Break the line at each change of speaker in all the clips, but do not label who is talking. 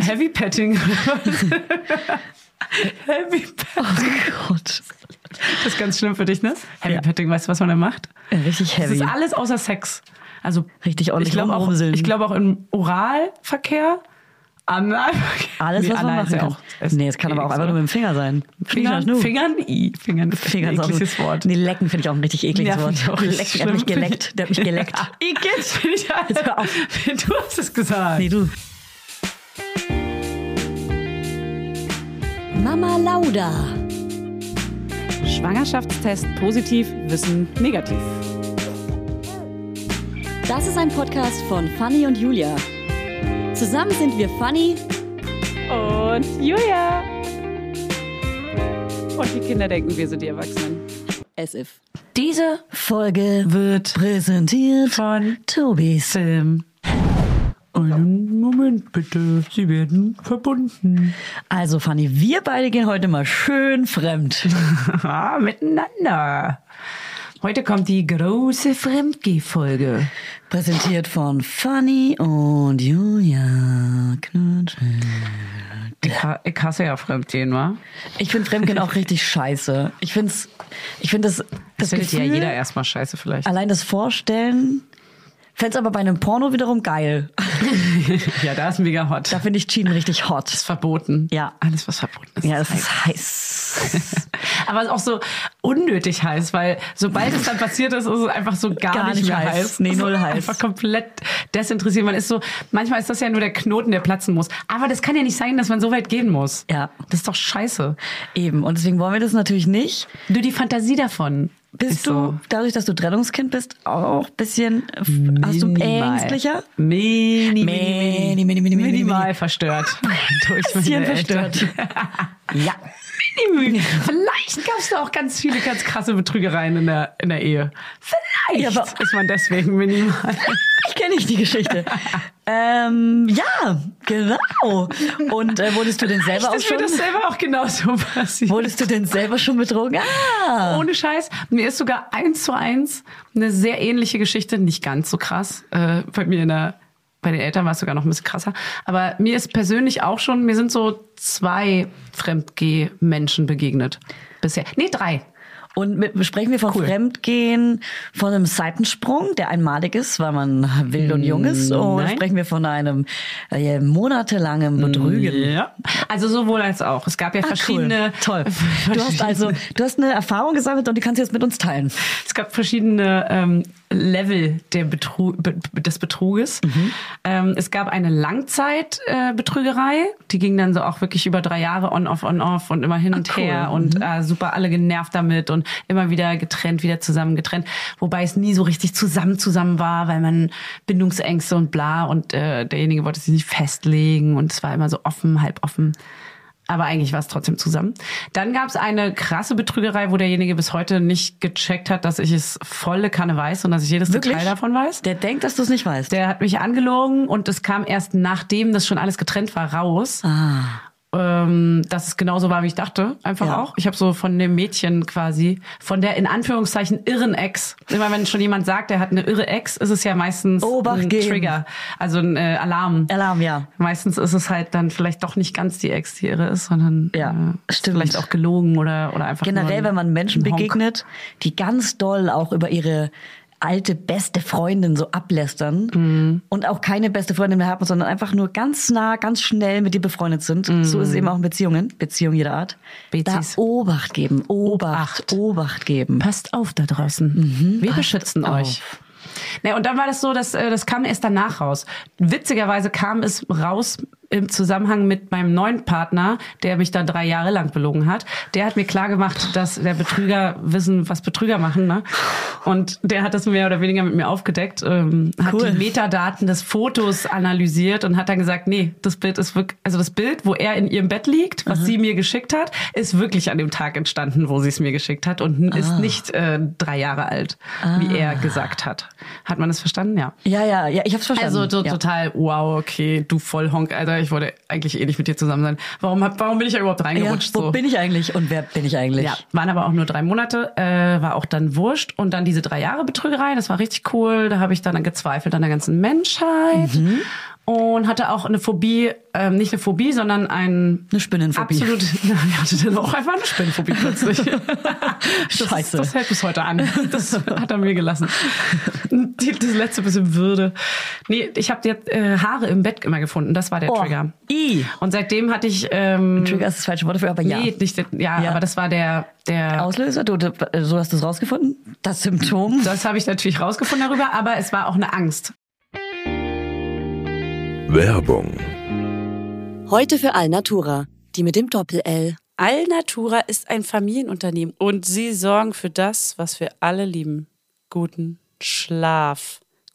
Heavy Petting. Heavy
Oh
Petting.
Gott.
Das ist ganz schlimm für dich, ne? Heavy Petting, weißt du, was man da macht?
Ja, richtig
Es ist
heavy.
alles außer Sex. Also
Richtig ordentlich
ich glaube auch,
rumrumseln.
ich glaube auch im Oralverkehr, Analverkehr.
Alles,
Nee,
was man
Anal ist
machen kann.
ja Auch,
nee, es kann aber auch einfach nur mit dem Finger sein.
Fingern. Fingern, i, Fingern, ist echt
Finger
ein
ist auch
ekliges
so-
Wort.
Nee, lecken finde ich auch ein richtig ekliges
Ja, finde ich
Wort.
auch
Lecken,
richtig
der hat mich
schlimm.
geleckt. Der hat mich geleckt.
Igitt, finde ich alles.
Jetzt hör auf.
Du hast es gesagt.
Nee, du. Mama Lauda.
Schwangerschaftstest positiv, Wissen negativ.
Das ist ein Podcast von Fanny und Julia. Zusammen sind wir Fanny
Und Julia. Und die Kinder denken, wir sind die Erwachsenen.
as if.
Diese
Folge
wird
präsentiert
von
Tobis.
Film. Einen Moment bitte, sie werden verbunden.
Also Fanny, wir beide gehen heute mal schön fremd.
Haha, Ah, miteinander. Heute kommt die große Fremdgeh-Folge.
Präsentiert von Fanny und Julia Knutschen.
Ich, ha- ich hasse ja Fremdgehen, wa?
Ich finde Fremdgehen auch richtig scheiße. Ich finde es, ich finde das, das
Das Also findet ja
Gefühl-
jeder erstmal scheiße vielleicht.
Allein das Vorstellen. Fänd's aber bei einem Porno wiederum geil.
ja, da ist mega hot.
Da finde ich Cheaten richtig hot.
ist verboten.
Ja.
Alles, was verboten ist.
Ja,
ist
das ist heiß.
heiß. Aber es ist auch so unnötig heiß, weil sobald es dann passiert ist, ist es einfach so gar,
Gar
nicht
nicht
mehr heiß.
heiß. Nee,
Es ist
null heiß.
Einfach komplett desinteressiert. Man ist so, manchmal ist das ja nur der Knoten, der platzen muss. Aber das kann ja nicht sein, dass man so weit gehen muss.
Ja.
Das ist doch scheiße.
Eben. Und deswegen wollen wir das natürlich nicht.
Nur die Fantasie davon.
Bist
ist
du,
so
dadurch, dass du Trennungskind bist, auch ein bisschen, hast du
minimal.
ängstlicher?
Mini, mini,
Mini, mini, mini, mini,
minimal
mini.
verstört. Durch
Bisschen
meine Eltern.
verstört. Ja.
Mini, Vielleicht gab es da auch ganz viele ganz krasse Betrügereien in der, in der Ehe. Vielleicht
Ja, aber-
ist man deswegen minimal.
Ich kenne nicht die Geschichte. ähm, ja, genau. Und äh, wurdest du denn selber auch
Ist mir
schon,
das selber auch genauso passiert.
wurdest du denn selber schon betrogen? Ah.
Ohne Scheiß. Mir ist sogar eins zu eins eine sehr ähnliche Geschichte, nicht ganz so krass. Äh, bei mir in der, bei den Eltern war es sogar noch ein bisschen krasser. Aber mir ist persönlich auch schon, mir sind so zwei Fremdgeh-Menschen begegnet. Bisher. Nee, drei.
Und mit, sprechen wir von Fremdgehen, von einem Seitensprung, der einmalig ist, weil man wild und jung ist, oder
nein.
sprechen wir von einem äh, monatelangen Betrügen?
Ja. Also sowohl als auch. Es gab ja
Ah,
verschiedene.
cool. Toll. Du hast also, du hast eine Erfahrung gesammelt und die kannst du jetzt mit uns teilen.
Es gab verschiedene ähm, Level der Betru be des Betruges. Ähm, es gab eine Langzeitbetrügerei, äh, Betrügerei. die ging dann so auch wirklich über drei Jahre on, off, on, off und immer hin und
cool.
her und äh, super alle genervt damit und immer wieder getrennt, wieder zusammen getrennt. Wobei es nie so richtig zusammen zusammen war, weil man Bindungsängste und bla und äh, derjenige wollte sich nicht festlegen und es war immer so offen, halb offen. Aber eigentlich war es trotzdem zusammen. Dann gab es eine krasse Betrügerei, wo derjenige bis heute nicht gecheckt hat, dass ich es volle Kanne weiß und dass ich jedes
Wirklich?
Detail davon weiß.
Der denkt, dass du es nicht weißt.
Der hat mich angelogen und es kam erst nachdem das schon alles getrennt war raus, ähm, dass es genauso war, wie ich dachte. Einfach
Ah. Ja.
auch. Ich habe so von dem Mädchen quasi, von der in Anführungszeichen irren Ex. Immer wenn schon jemand sagt, er hat eine irre Ex, ist es ja meistens
Obacht
ein
geben.
Trigger, also ein äh, Alarm.
Alarm, ja.
Meistens ist es halt dann vielleicht doch nicht ganz die Ex, die irre ist, sondern
Ja,
äh, ist
stimmt.
vielleicht auch gelogen oder, oder einfach nur
Generell,
ein-
wenn man Menschen
ein Honk.
begegnet, die ganz doll auch über ihre alte beste Freundin so ablästern
Mhm.
und auch keine beste Freundin mehr haben, sondern einfach nur ganz nah, ganz schnell mit dir befreundet sind. So ist es
Mhm.
eben auch in Beziehungen, Beziehungen jeder Art.
Bezis.
Da Obacht geben, Obacht, Obacht,
Obacht.
geben.
Passt auf da draußen. Wir beschützen
auf.
euch. Ne, und dann war das so, dass äh, das kam erst danach raus. Witzigerweise kam es raus im Zusammenhang mit meinem neuen Partner, der mich dann drei Jahre lang belogen hat. Der hat mir klar gemacht, dass der Betrüger wissen, was Betrüger machen. Ne? Und der hat das mehr oder weniger mit mir aufgedeckt, ähm, hat
Cool.
die Metadaten des Fotos analysiert und hat dann gesagt, nee, das Bild ist wirklich, also das Bild, wo er in ihrem Bett liegt, was sie mir geschickt hat, ist wirklich an dem Tag entstanden, wo sie es mir geschickt hat und n- ist nicht äh, drei Jahre alt, wie er gesagt hat. Hat man das verstanden? Ja.
Ja, ja, ja, ich hab's verstanden.
Also to
ja.
total, wow, okay, du Vollhonk, Alter, ich wollte eigentlich eh nicht mit dir zusammen sein. Warum, hab- warum bin ich ja überhaupt
Ja,
reingerutscht?
wo
so?
bin ich eigentlich und wer bin ich eigentlich?
Ja, waren aber auch nur drei Monate, äh, war auch dann wurscht. Und dann
Mhm.
diese drei Jahre Betrügerei, das war richtig cool. Da habe ich dann gezweifelt an der ganzen Menschheit. und hatte auch eine Phobie, ähm, nicht eine Phobie, sondern ein
Eine Spinnenphobie.
absolut, na, er hatte dann auch einfach eine Spinnenphobie plötzlich. das,
Scheiße.
Das hält bis heute an. Das hat er mir gelassen. Die, das letzte bisschen Würde. Nee, ich habe jetzt äh, Haare im Bett immer gefunden. Das war der
Oh,
Trigger.
I.
Und seitdem hatte ich ähm,
Trigger ist das falsche Wort dafür, aber ja.
Nee, nicht, der- ja,
Ja. Oh,
aber das war der, der
Auslöser, du, du, so hast du es rausgefunden? Das Symptom.
Das habe ich natürlich rausgefunden darüber, aber es war auch eine Angst.
Werbung.
Heute für Alnatura, die mit dem Doppel-L.
Alnatura ist ein Familienunternehmen und sie sorgen für das, was wir alle lieben. Guten Schlaf.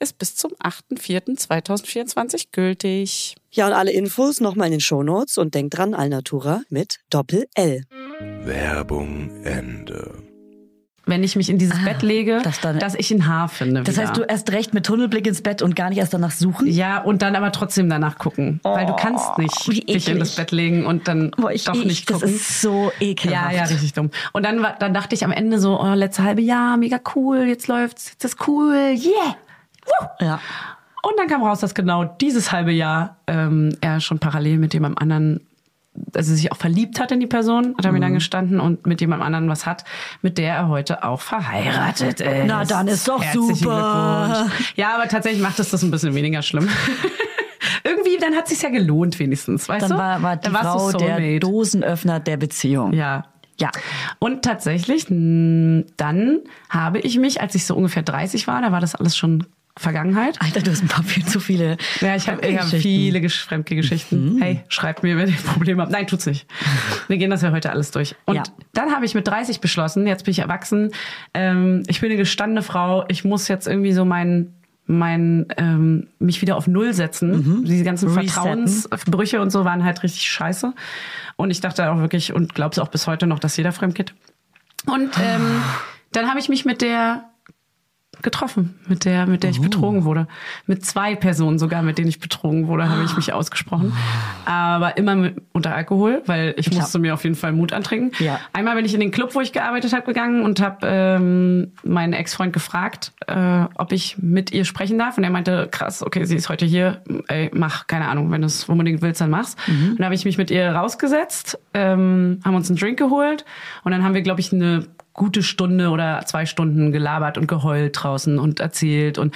ist bis zum 8.4.2024 gültig.
Ja, und alle Infos nochmal in den Shownotes und denkt dran, Alnatura mit Doppel-L.
Werbung Ende.
Wenn ich mich in dieses Bett lege,
dass Ah, dann-
dass ich ein Haar finde.
Das
wieder.
heißt, du erst recht mit Tunnelblick ins Bett und gar nicht erst danach suchen?
Ja, und dann aber trotzdem danach gucken. weil du kannst nicht
Oh, wie
dich in das
eklig.
Bett legen und dann
Boah, ich-
doch
ich-
nicht
das
gucken.
ist so ekelhaft.
Ja, ja, richtig dumm. Und dann, war- dann dachte ich am Ende so, oh, letzte halbe Jahr, mega cool, jetzt läuft's, jetzt ist cool, yeah. Woo!
Ja.
Und dann kam raus, dass genau dieses halbe Jahr ähm, er schon parallel mit jemandem anderen, also sich auch verliebt hat in die Person, hat er
Mhm.
mir dann gestanden und mit jemandem anderen was hat, mit der er heute auch verheiratet ist.
Na, dann ist doch super.
Glückwunsch. Ja, aber tatsächlich macht es das ein bisschen weniger schlimm. Irgendwie, dann hat sich's ja gelohnt wenigstens, weißt
Dann
du?
war, war die
warst du
Frau der
Soulmate.
Dosenöffner der Beziehung.
Ja.
Ja.
Und tatsächlich, mh, dann habe ich mich, als ich so ungefähr 30 war, da war das alles schon Vergangenheit.
Alter, du hast ein paar viel zu viele.
Ja, ich habe hab
Geschichten.
viele gesch- fremdge Geschichten.
Mhm.
Hey, schreibt mir, wenn ihr Probleme habt. Nein, tut's nicht. Wir gehen das ja heute alles durch. Und
Ja.
dann habe ich mit 30 beschlossen, jetzt bin ich erwachsen, ähm, ich bin eine gestandene Frau, ich muss jetzt irgendwie so mein mein ähm, mich wieder auf Null setzen. Diese ganzen
Mhm. Resetten.
Vertrauensbrüche und so waren halt richtig scheiße. Und ich dachte auch wirklich und glaub's auch bis heute noch, dass jeder fremdgeht. Und ähm, dann habe ich mich mit der getroffen, mit der, mit der ich betrogen wurde. Mit zwei Personen sogar, mit denen ich betrogen wurde, habe ich mich ausgesprochen. Aber immer mit, unter Alkohol, weil ich musste mir auf jeden Fall Mut antrinken.
Ja.
Einmal bin ich in den Club, wo ich gearbeitet habe, gegangen und habe ähm, meinen Ex-Freund gefragt, äh, ob ich mit ihr sprechen darf. Und er meinte, krass, okay, sie ist heute hier, ey, mach, keine Ahnung, wenn du es unbedingt willst, dann mach's. Und dann habe ich mich mit ihr rausgesetzt, ähm, haben uns einen Drink geholt und dann haben wir, glaube ich, eine gute Stunde oder zwei Stunden gelabert und geheult draußen und erzählt und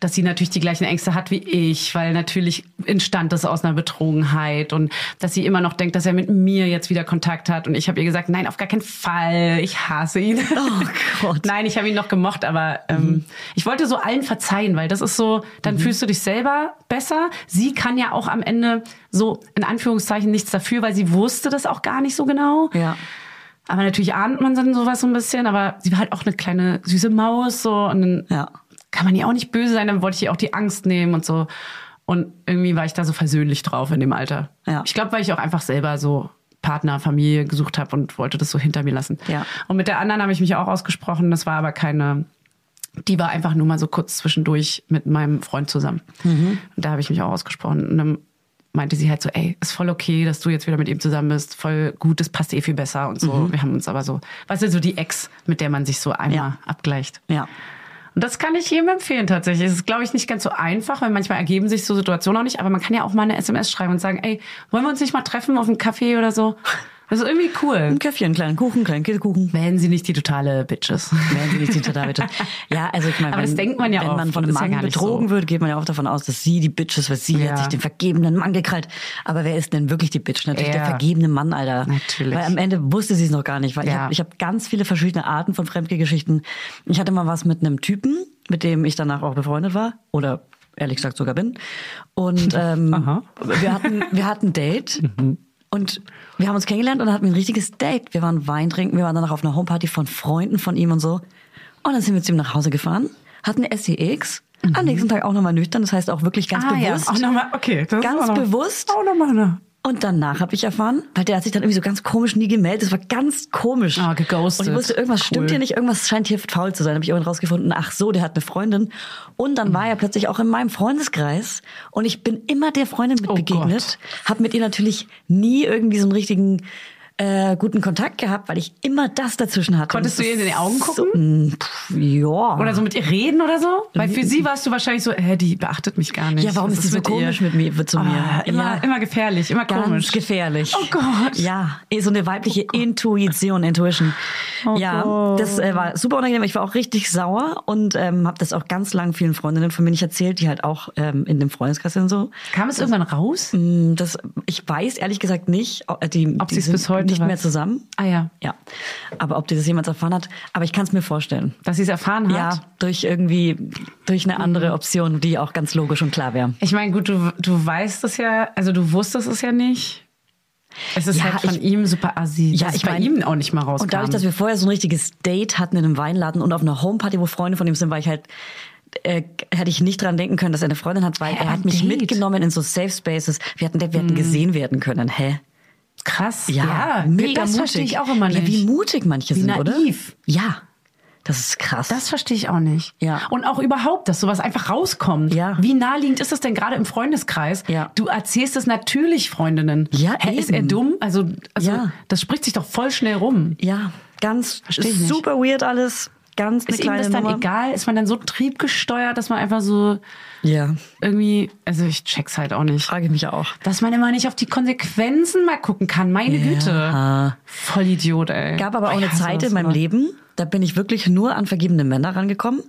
dass sie natürlich die gleichen Ängste hat wie ich, weil natürlich entstand das aus einer Betrogenheit und dass sie immer noch denkt, dass er mit mir jetzt wieder Kontakt hat und ich habe ihr gesagt, nein, auf gar keinen Fall, ich hasse ihn.
Oh Gott. Mhm.
Nein, ich habe ihn noch gemocht, aber ähm, ich wollte so allen verzeihen, weil das ist so, dann fühlst du dich selber besser. Sie kann ja auch am Ende so in Anführungszeichen nichts dafür, weil sie wusste das auch gar nicht so genau.
Ja.
Aber natürlich ahnt man dann sowas so ein bisschen, aber sie war halt auch eine kleine süße Maus so und dann
Ja.
kann man ihr auch nicht böse sein, dann wollte ich ihr auch die Angst nehmen und so. Und irgendwie war ich da so versöhnlich drauf in dem Alter.
Ja.
Ich glaube, weil ich auch einfach selber so Partner, Familie gesucht habe und wollte das so hinter mir lassen.
Ja.
Und mit der anderen habe ich mich auch ausgesprochen. Das war aber keine, die war einfach nur mal so kurz zwischendurch mit meinem Freund zusammen. Und da habe ich mich auch ausgesprochen. Und dann meinte sie halt so, ey, ist voll okay, dass du jetzt wieder mit ihm zusammen bist. Voll gut, das passt eh viel besser und so. Wir haben uns aber so, weißt du, so die Ex, mit der man sich so einmal
Ja.
abgleicht.
Ja.
Und das kann ich jedem empfehlen tatsächlich. Es ist, glaube ich, nicht ganz so einfach, weil manchmal ergeben sich so Situationen auch nicht. Aber man kann ja auch mal eine SMS schreiben und sagen, ey, wollen wir uns nicht mal treffen auf einen Café oder so? Das ist irgendwie cool.
Ein Käffchen, einen kleinen Kuchen, einen kleinen Käsekuchen.
Wären sie nicht die totale Bitches.
Wären sie nicht die totale Bitches. Ja, also ich meine,
Aber
wenn,
das denkt man ja
wenn
oft
man
und
von einem
ist ja
Mann
gar nicht
betrogen
so.
wird, geht man ja auch davon aus, dass sie die Bitch ist, weil sie
Ja.
hat sich den vergebenen Mann gekrallt. Aber wer ist denn wirklich die Bitch? Natürlich der
Ja.
vergebene Mann, Alter.
Natürlich.
Weil am Ende wusste sie es noch gar nicht. Weil ich
Ja.
habe ich hab ganz viele verschiedene Arten von Fremdgehgeschichten. Ich hatte mal was mit einem Typen, mit dem ich danach auch befreundet war. Oder ehrlich gesagt sogar bin. Und ähm,
Aha. Mhm.
wir, hatten, wir hatten ein Date. Und wir haben uns kennengelernt und dann hatten wir ein richtiges Date. Wir waren Wein trinken, wir waren danach auf einer Homeparty von Freunden von ihm und so. Und dann sind wir zu ihm nach Hause gefahren, hatten eine SEX, am nächsten Tag auch nochmal nüchtern, das heißt auch wirklich ganz bewusst.
Mhm. Ah, Auch nochmal, okay. Das ist
Ganz
auch noch,
bewusst.
Auch nochmal eine.
Und danach habe ich erfahren, weil der hat sich dann irgendwie so ganz komisch nie gemeldet. Das war ganz komisch.
Ah, geghostet.
Und ich wusste, irgendwas
Cool.
stimmt hier nicht, irgendwas scheint hier faul zu sein. Habe ich irgendwann rausgefunden, ach so, der hat eine Freundin. Und dann war er plötzlich auch in meinem Freundeskreis. Und ich bin immer der Freundin mit
Oh
begegnet. Habe mit ihr natürlich nie irgendwie so einen richtigen äh, guten Kontakt gehabt, weil ich immer das dazwischen hatte.
Konntest
Und
du ihr in die Augen
So, mm, pff, ja.
Oder so mit ihr reden oder so? Weil für sie warst du wahrscheinlich so, hä, die beachtet mich gar nicht.
Ja, warum
Was
ist sie so
mit ihr?
komisch mit mir, mit zu mir?
Ah, immer,
Ja.
immer gefährlich, immer
Ganz
komisch.
gefährlich.
Oh Gott. Oh
Ja, eh so eine weibliche Intuition, Intuition. ja, das äh, war super unangenehm. Ich war auch richtig sauer und ähm, habe das auch ganz lang vielen Freundinnen von mir nicht erzählt, die halt auch ähm, in dem Freundeskreis sind und so.
Kam es irgendwann raus?
Mm, Das, ich weiß ehrlich gesagt nicht, ob, äh, die,
Ob
die
sie's
sind
bis heute
nicht mehr
weiß.
zusammen.
Ah ja,
Ja, aber ob die das jemals erfahren hat, aber ich kann es mir vorstellen.
dass sie es erfahren hat. Mhm.
Ja, durch irgendwie, durch eine andere Option, die auch ganz logisch und klar wäre.
Ich meine, gut, du, du weißt es ja, also du wusstest es ja nicht. Es ist
Ja,
halt von
ich-
ihm super assi.
Ja,
dass
ich
es bei
mein-
ihm auch nicht mal rauskam.
Und dadurch, dass wir vorher so ein richtiges Date hatten in einem Weinladen und auf einer Homeparty, wo Freunde von ihm sind, war ich halt äh, hätte ich nicht dran denken können, dass er eine Freundin hat, weil
Hä,
er
aber
hat mich
Date?
mitgenommen in so Safe Spaces. Wir hatten, wir hätten gesehen werden können. Hä?
krass,
Ja,
ja,
mega
das
mutig.
verstehe ich auch immer nicht.
Ja, wie mutig manche
Wie
sind,
naiv.
oder? Ja, das ist krass.
Das verstehe ich auch nicht.
Ja.
Und auch überhaupt, dass sowas einfach rauskommt.
Ja.
Wie naheliegend ist das denn gerade im Freundeskreis?
Ja.
Du erzählst es natürlich Freundinnen.
Ja,
Hä, ist er
eben.
dumm? Also, also
Ja.
das spricht sich doch voll schnell rum.
ja, ganz
Versteh ich nicht.
super weird alles. Ganz eine
Ist ihm
kleine
das dann
Nummer.
egal? Ist man dann so triebgesteuert, dass man einfach so
Ja,
irgendwie, also ich check's halt auch nicht.
frage ich mich auch.
Dass man immer nicht auf die Konsequenzen mal gucken kann. Meine Güte. Voll Idiot, ey.
gab aber auch
Ich
eine
hasse
Zeit
das
in meinem
Oh immer.
Leben, da bin ich wirklich nur an vergebene Männer rangekommen.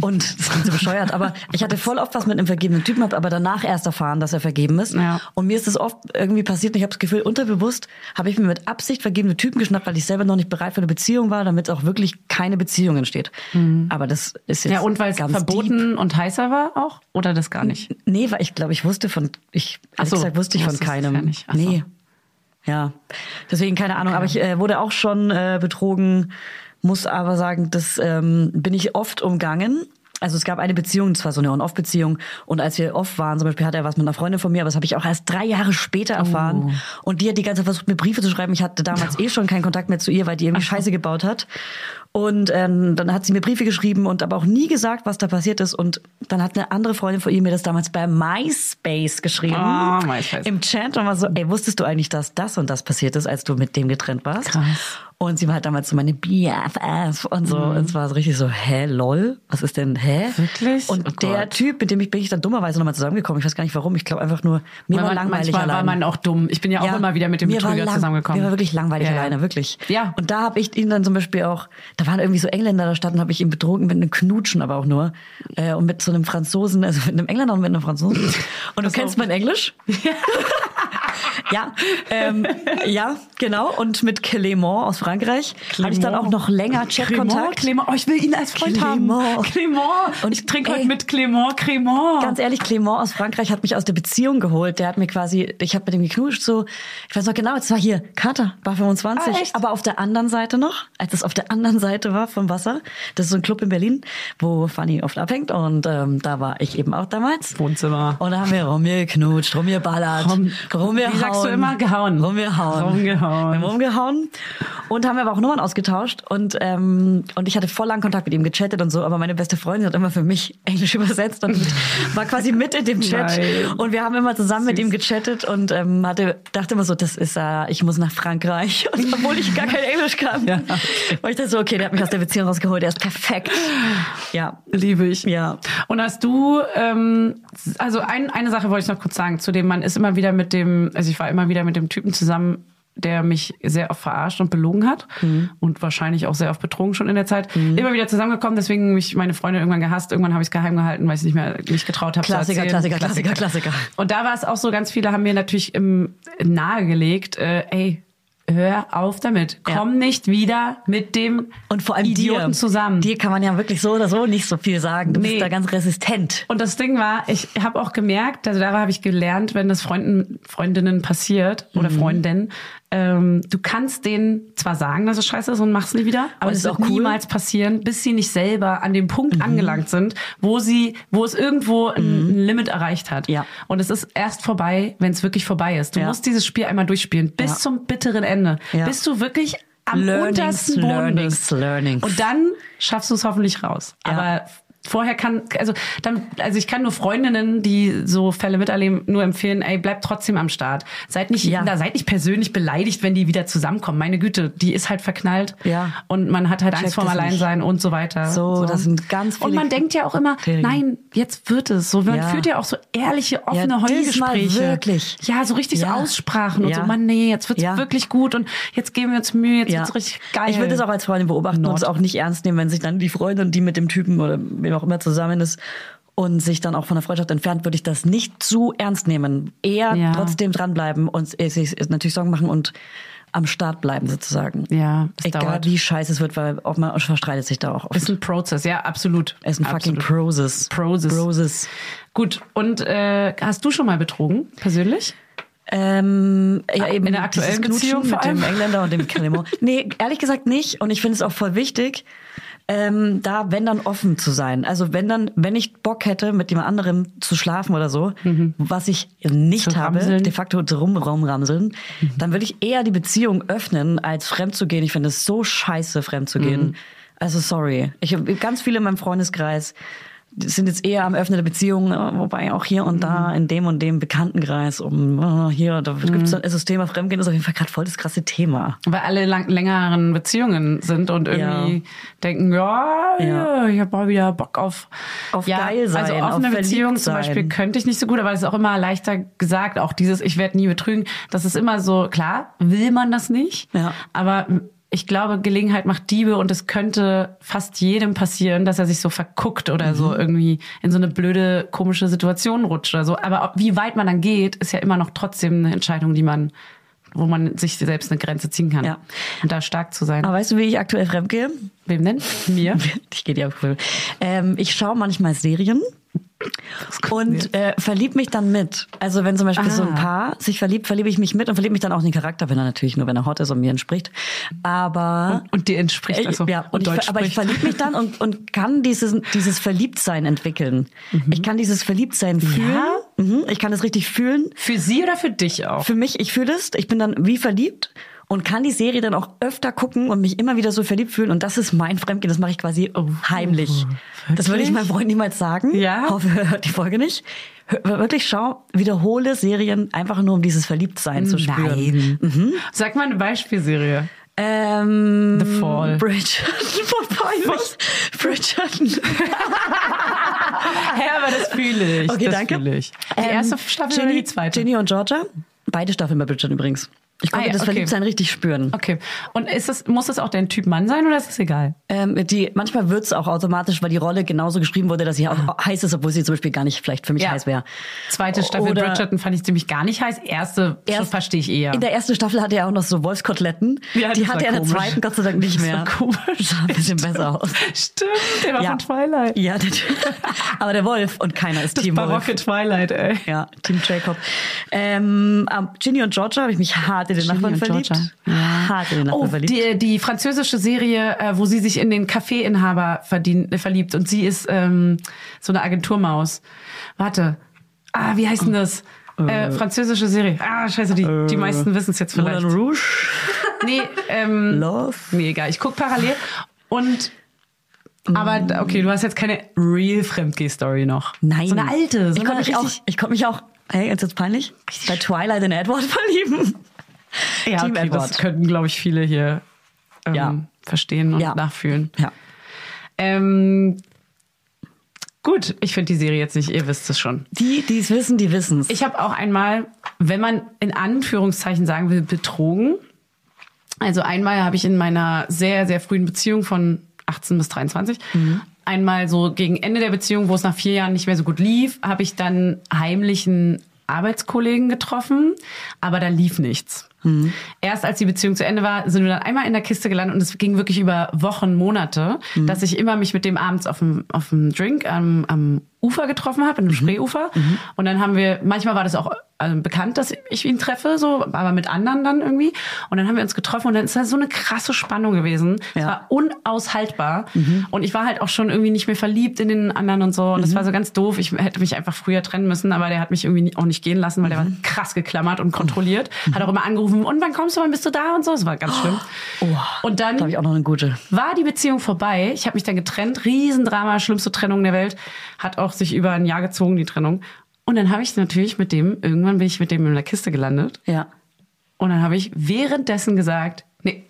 Und das klingt so bescheuert, aber ich hatte voll oft was mit einem vergebenen Typen, habe aber danach erst erfahren, dass er vergeben ist.
Ja.
Und mir ist das oft irgendwie passiert und ich habe das Gefühl, unterbewusst habe ich mir mit Absicht vergebene Typen geschnappt, weil ich selber noch nicht bereit für eine Beziehung war, damit auch wirklich keine Beziehung entsteht. Aber das ist jetzt
Mhm. Ja, und weil es
ganz
verboten
Deep.
und heißer war auch? Oder das gar nicht?
Nee, weil ich glaube, ich wusste von, ich, ehrlich
so,
gesagt, wusste ich
du
von
wusstest es
keinem.
ja nicht. Ach so.
Nee. Ja, deswegen keine Ahnung. Aber ich äh, wurde auch schon äh, betrogen, muss aber sagen, das ähm, bin ich oft umgangen. Also es gab eine Beziehung, zwar so eine On-Off-Beziehung, und als wir off waren, zum Beispiel hatte er was mit einer Freundin von mir, aber das habe ich auch erst drei Jahre später erfahren.
Oh.
Und die hat die ganze Zeit versucht, mir Briefe zu schreiben. Ich hatte damals eh schon keinen Kontakt mehr zu ihr, weil die irgendwie Scheiße gebaut hat. Und ähm, dann hat sie mir Briefe geschrieben und aber auch nie gesagt, was da passiert ist. Und dann hat eine andere Freundin von ihr mir das damals bei MySpace geschrieben.
Ah, MySpace.
Im Chat und war so, ey, wusstest du eigentlich, dass das und das passiert ist, als du mit dem getrennt warst?
Krass. Mhm.
Und sie war halt damals so meine BFF und so. Und es war so richtig so, hä, lol, was ist denn, hä?
Wirklich?
Und
Oh
der
Gott.
Typ, mit dem ich bin ich dann dummerweise nochmal zusammengekommen. Ich weiß gar nicht warum. Ich glaube einfach nur,
Weil
mir war
man-
langweilig
manchmal
allein.
war man auch dumm. Ich bin ja auch
Ja,
immer wieder mit dem
mir war
Betrüger
lang-
zusammengekommen.
Mir war wirklich langweilig
Ja, ja.
alleine, wirklich.
Ja.
Und da habe ich ihn dann zum Beispiel auch, da waren irgendwie so Engländer da standen, habe ich ihn betrogen mit einem Knutschen, aber auch nur. Äh, und mit so einem Franzosen, also mit einem Engländer und mit einem Franzosen. Und du kennst mein Englisch? Ja, ähm, ja, genau. Und mit Clément aus Frankreich hatte ich dann auch noch länger
Clément,
Chatkontakt.
Clément. Oh, ich will ihn als Freund haben.
Clément.
Clément.
Und
ich trinke heute
ey.
mit Clément, Clément.
Ganz ehrlich, Clément aus Frankreich hat mich aus der Beziehung geholt. Der hat mir quasi, ich habe mit ihm geknuscht, so, ich weiß noch genau, es war hier Kater, war 25,
Ah, echt?
aber auf der anderen Seite noch, als es auf der anderen Seite war vom Wasser, das ist so ein Club in Berlin, wo Fanny oft abhängt und ähm, da war ich eben auch damals.
Wohnzimmer.
Und da haben wir rumgeknutscht, rumgeballert,
Rum-
rumgehauen.
Wie sagst du immer? Gehauen.
Rumgehauen.
Rumgehauen.
Wir haben rumgehauen und haben aber auch Nummern ausgetauscht und, ähm, und ich hatte voll lang Kontakt mit ihm gechattet und so, aber meine beste Freundin hat immer für mich Englisch übersetzt und war quasi mit in dem Chat.
Nein.
Und wir haben immer zusammen mit ihm gechattet und ähm, hatte, dachte immer so, das ist er, ich muss nach Frankreich. Und obwohl ich gar kein Englisch kann.
Ja.
Weil ich dachte so, okay, der hat mich aus der Beziehung rausgeholt, er ist perfekt. Ja.
Liebe ich.
Ja.
Und hast du, ähm, also ein, eine Sache wollte ich noch kurz sagen, zu dem man ist immer wieder mit dem, also ich war immer wieder mit dem Typen zusammen, der mich sehr oft verarscht und belogen hat
Mhm.
und wahrscheinlich auch sehr oft betrogen schon in der Zeit. Immer wieder zusammengekommen, deswegen mich meine Freunde irgendwann gehasst. Irgendwann habe ich es geheim gehalten, weil ich es nicht mehr nicht getraut habe.
Klassiker,
zu erzählen.
Klassiker, Klassiker, Klassiker.
Und da war es auch so, ganz viele haben mir natürlich im, nahegelegt, äh, ey, hör auf damit.
Ja.
Komm nicht wieder mit dem
Und vor allem
Idioten
dir,
zusammen.
Dir kann man ja wirklich so oder so nicht so viel sagen. Du
Nee.
bist da ganz resistent.
Und das Ding war, ich habe auch gemerkt, also da habe ich gelernt, wenn das Freunden, Freundinnen passiert oder
Mhm.
Freundinnen, ähm, du kannst denen zwar sagen, dass es scheiße ist und machst nie wieder, aber
Und
es
ist
wird
auch cool. Mhm.
niemals passieren, bis sie nicht selber an dem Punkt angelangt sind, wo sie, wo es irgendwo ein Limit erreicht hat.
Ja.
Und es ist erst vorbei, wenn es wirklich vorbei ist. Du
Ja.
musst dieses Spiel einmal durchspielen, bis
Ja.
zum bitteren Ende,
Ja.
bis du wirklich am
Learnings,
untersten Boden
Learnings,
bist.
Learnings.
Und dann schaffst du es hoffentlich raus.
Ja.
Aber vorher kann, also dann, also ich kann nur Freundinnen, die so Fälle miterleben, nur empfehlen, ey, bleibt trotzdem am Start. Seid nicht,
Ja.
da seid nicht persönlich beleidigt, wenn die wieder zusammenkommen. Meine Güte, die ist halt verknallt.
Ja.
Und man hat halt Angst
Checkt
vorm
es nicht.
Alleinsein und so weiter.
So, das sind ganz viele
Und man denkt ja auch immer,
Kriterien.
nein, jetzt wird es. So, man
Ja.
führt ja auch so ehrliche, offene
Ja, diesmal
Heulgespräche.
wirklich.
Ja, so richtig so
Ja.
Aussprachen und
Ja.
so, man, nee, jetzt wird's
Ja.
wirklich gut und jetzt geben wir uns Mühe, jetzt wird's richtig geil.
Ich würde es auch als Freundin beobachten und
Nord.
es auch nicht ernst nehmen, wenn sich dann die Freundin, die mit dem Typen oder wem auch immer zusammen ist und sich dann auch von der Freundschaft entfernt, würde ich das nicht zu ernst nehmen. Eher
Ja.
trotzdem dranbleiben und sich natürlich Sorgen machen und am Start bleiben sozusagen.
Ja, es
Egal
dauert.
wie scheiße es wird, weil auch man verstreitet sich da auch oft.
Ist ein Prozess, ja, absolut.
Es ist ein fucking
Absolut.
Prozess.
Prozess.
Prozess.
Gut, und äh, hast du schon mal betrogen, persönlich?
Ähm, ja, eben
in der aktuellen
dieses Knutschen
Beziehung vor
mit dem
allem?
Engländer und dem Calimon. nee, ehrlich gesagt nicht. Und ich finde es auch voll wichtig, ähm, da, wenn dann offen zu sein. Also wenn dann, wenn ich Bock hätte, mit jemand anderem zu schlafen oder so, was ich nicht
Mhm. Zu
habe,
ramseln.
de facto drum rumramseln, dann würde ich eher die Beziehung öffnen, als fremd zu gehen. Ich finde es so scheiße, fremd zu gehen. Also sorry. Ich habe ganz viele in meinem Freundeskreis die sind jetzt eher am Öffnen der Beziehung, äh, wobei auch hier und da in dem und dem Bekanntenkreis um äh, hier, da gibt's dann, also das Thema Fremdgehen ist auf jeden Fall gerade voll das krasse Thema.
Weil alle lang, längeren Beziehungen sind und irgendwie denken, ja, ja,
Ja.
ich habe mal wieder Bock auf,
Auf
ja,
geil sein,
Also
auf
offene
verliebt
Beziehungen zum
sein.
Beispiel könnte ich nicht so gut, aber es ist auch immer leichter gesagt, auch dieses, ich werde nie betrügen. Das ist immer so, klar, will man das nicht,
Ja.
aber ich glaube, Gelegenheit macht Diebe und es könnte fast jedem passieren, dass er sich so verguckt oder
Mhm.
so irgendwie in so eine blöde, komische Situation rutscht oder so. Aber ob- wie weit man dann geht, ist ja immer noch trotzdem eine Entscheidung, die man wo man sich selbst eine Grenze ziehen kann.
Ja.
Und da stark zu sein.
Aber weißt du, wie ich aktuell fremdgehe?
Wem denn? Mir?
Ich gehe dir auf cool. ähm, Ich schaue manchmal Serien und äh, verlieb mich dann mit. Also wenn zum Beispiel so ein
Ah.
Paar sich verliebt, verliebe ich mich mit und verliebe mich dann auch in den Charakter, wenn er natürlich nur, wenn er hot ist und mir entspricht. Aber Äh,
Und dir entspricht also
ja, und ich, ver- aber ich verliebe mich dann und, und kann dieses, dieses Verliebtsein entwickeln.
Mhm.
Ich kann dieses Verliebtsein fühlen. Mhm, ich kann es richtig fühlen.
Für sie oder für dich auch?
Für mich, ich fühle es, ich bin dann wie verliebt und kann die Serie dann auch öfter gucken und mich immer wieder so verliebt fühlen. Und das ist mein Fremdgehen, das mache ich quasi äh, heimlich. Das würde ich meinem Freund niemals sagen.
Oh, Ja?
Hoffe, er hört die Folge nicht. Hör- Wirklich schau, wiederhole Serien einfach nur, um dieses Verliebtsein zu spüren.
Mhm. Sag mal eine Beispielserie.
Ähm,
The Fall.
Bridgerton. Voll peinlich. Bridgerton.
Hä, aber das fühle ich.
Ah. Okay,
das
danke.
Fühle ich. Die
Ähm,
erste Staffel
Ginny,
oder die zweite?
Ginny und Georgia. Beide Staffeln bei Bridgerton übrigens. Ich konnte
Ah ja,
das
okay.
Verliebtsein richtig spüren.
Okay. Und ist das, muss das auch dein Typ Mann sein oder ist das egal?
Ähm, die, manchmal wird's auch automatisch, weil die Rolle genauso geschrieben wurde, dass sie auch
Ah.
heiß ist, obwohl sie zum Beispiel gar nicht vielleicht für mich heiß wäre.
Zweite Staffel
Oder-
Bridgerton fand ich ziemlich gar nicht heiß. Erste
Erst-
Erst, verstehe ich eher.
In der ersten Staffel hatte er auch noch so Wolfskoteletten.
Ja,
die
das war
hatte er in der
komisch.
zweiten Gott sei Dank nicht
Das
mehr.
war komisch.
Sah ein bisschen besser aus.
Stimmt, der war
Ja.
von Twilight.
Ja, natürlich. Aber der Wolf und keiner ist
Das
Team Wolf.
barocke Twilight, ey.
Ja, Team Jacob. Ähm, ab Ginny und Georgia habe ich mich hart in den Nachbarn
Ginny und
verliebt. Hart in den Nachbarn
Oh,
verliebt.
die, die französische Serie, äh, wo sie sich in den Café-Inhaber verdient- äh, verliebt und sie ist ähm, so eine Agenturmaus. Warte. Ah, wie heißt denn das? Äh, französische Serie. Ah, scheiße, die,
Äh.
die meisten wissen es jetzt vielleicht.
Moulin Rouge,
Nee, ähm,
Love.
nee, egal. Ich guck parallel. Und aber okay, du hast jetzt keine real Fremdgeh-Story noch.
Nein.
So eine alte. So
ich konnte
eine
mich auch,
richtig-
ich konnte mich auch, hey, ist jetzt peinlich? Bei Twilight in Edward verlieben.
Ja,
Team
okay, das
Edward.
könnten, glaube ich, viele hier ähm,
Ja.
verstehen und
Ja.
nachfühlen.
Ja.
Ähm, gut, ich finde die Serie jetzt nicht, ihr wisst es schon.
Die, die es wissen, die wissen es.
Ich habe auch einmal, wenn man in Anführungszeichen sagen will, betrogen. Also einmal habe ich in meiner sehr, sehr frühen Beziehung von 18 bis 23, einmal so gegen Ende der Beziehung, wo es nach vier Jahren nicht mehr so gut lief, habe ich dann heimlichen Arbeitskollegen getroffen, aber da lief nichts. Erst als die Beziehung zu Ende war, sind wir dann einmal in der Kiste gelandet und es ging wirklich über Wochen, Monate, dass ich immer mich mit dem abends auf dem, auf dem Drink am, am Ufer getroffen habe, in einem Spreeufer. Und dann haben wir, manchmal war das auch äh, bekannt, dass ich ihn treffe, so, aber mit anderen dann irgendwie. Und dann haben wir uns getroffen und dann ist da so eine krasse Spannung gewesen. Es
Ja.
war unaushaltbar. Und ich war halt auch schon irgendwie nicht mehr verliebt in den anderen und so. Und das war so ganz doof. Ich hätte mich einfach früher trennen müssen, aber der hat mich irgendwie nie- auch nicht gehen lassen, weil der war krass geklammert und kontrolliert. Hat auch immer angerufen, und wann kommst du, wann bist du da und so. Es war ganz schlimm. und dann
Da habe ich auch noch eine gute.
war die Beziehung vorbei. Ich habe mich dann getrennt. Riesendrama, schlimmste Trennung der Welt. Hat auch sich über ein Jahr gezogen, die Trennung. Und dann habe ich natürlich mit dem, irgendwann bin ich mit dem in der Kiste gelandet.
Ja.
Und dann habe ich währenddessen gesagt, nee,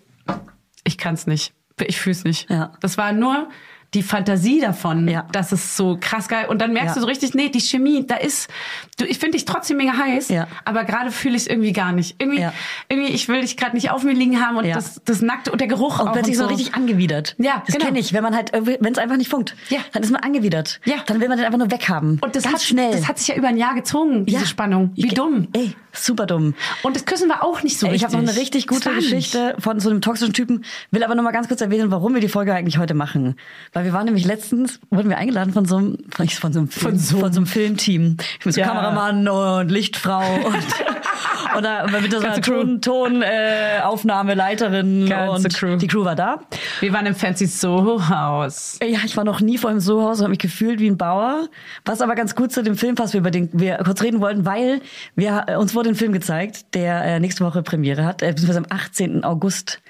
ich kann es nicht. Ich fühle es nicht.
Ja.
Das war nur die Fantasie davon,
Ja.
dass es so krass geil. Und dann merkst
Ja.
du so richtig, nee, die Chemie, da ist, du, ich finde dich trotzdem mega heiß,
Ja.
aber gerade fühle ich es irgendwie gar nicht. Irgendwie,
Ja.
irgendwie, ich will dich gerade nicht auf mir liegen haben und
Ja.
das, das nackte und der Geruch
Und
auch
plötzlich
und
so richtig angewidert.
Ja,
das
genau.
kenne ich. Wenn man halt, wenn es einfach nicht funkt,
Ja.
dann ist man angewidert.
Ja.
Dann will man den einfach nur weghaben.
Und das
Ganz
hat,
schnell.
das hat sich ja über ein Jahr gezogen, diese
Ja.
Spannung. Wie
Ich-
dumm.
Ey, super dumm.
Und das Küssen war auch nicht so
Ey, ich
richtig.
habe noch eine richtig
Das
gute
war nicht.
Geschichte von so einem toxischen Typen. Will aber nur mal ganz kurz erwähnen, warum wir die Folge eigentlich heute machen. Weil wir waren nämlich letztens, wurden wir eingeladen von so einem, von so einem, Film, von so, einem Filmteam. Mit so
Ja.
Kameramann und Lichtfrau und, und da, mit so einer
Ganze Crew.
Ton, Ton äh, Aufnahmeleiterin
Ganze
und
Crew.
die Crew war da.
Wir waren im Fancy Soho House.
Ja, ich war noch nie vor einem Sohaus und habe mich gefühlt wie ein Bauer. Was aber ganz gut zu dem Film passt, über den wir kurz reden wollten, weil wir äh, uns wurde ein Film gezeigt, der äh, nächste Woche Premiere hat, äh, beziehungsweise am 18. August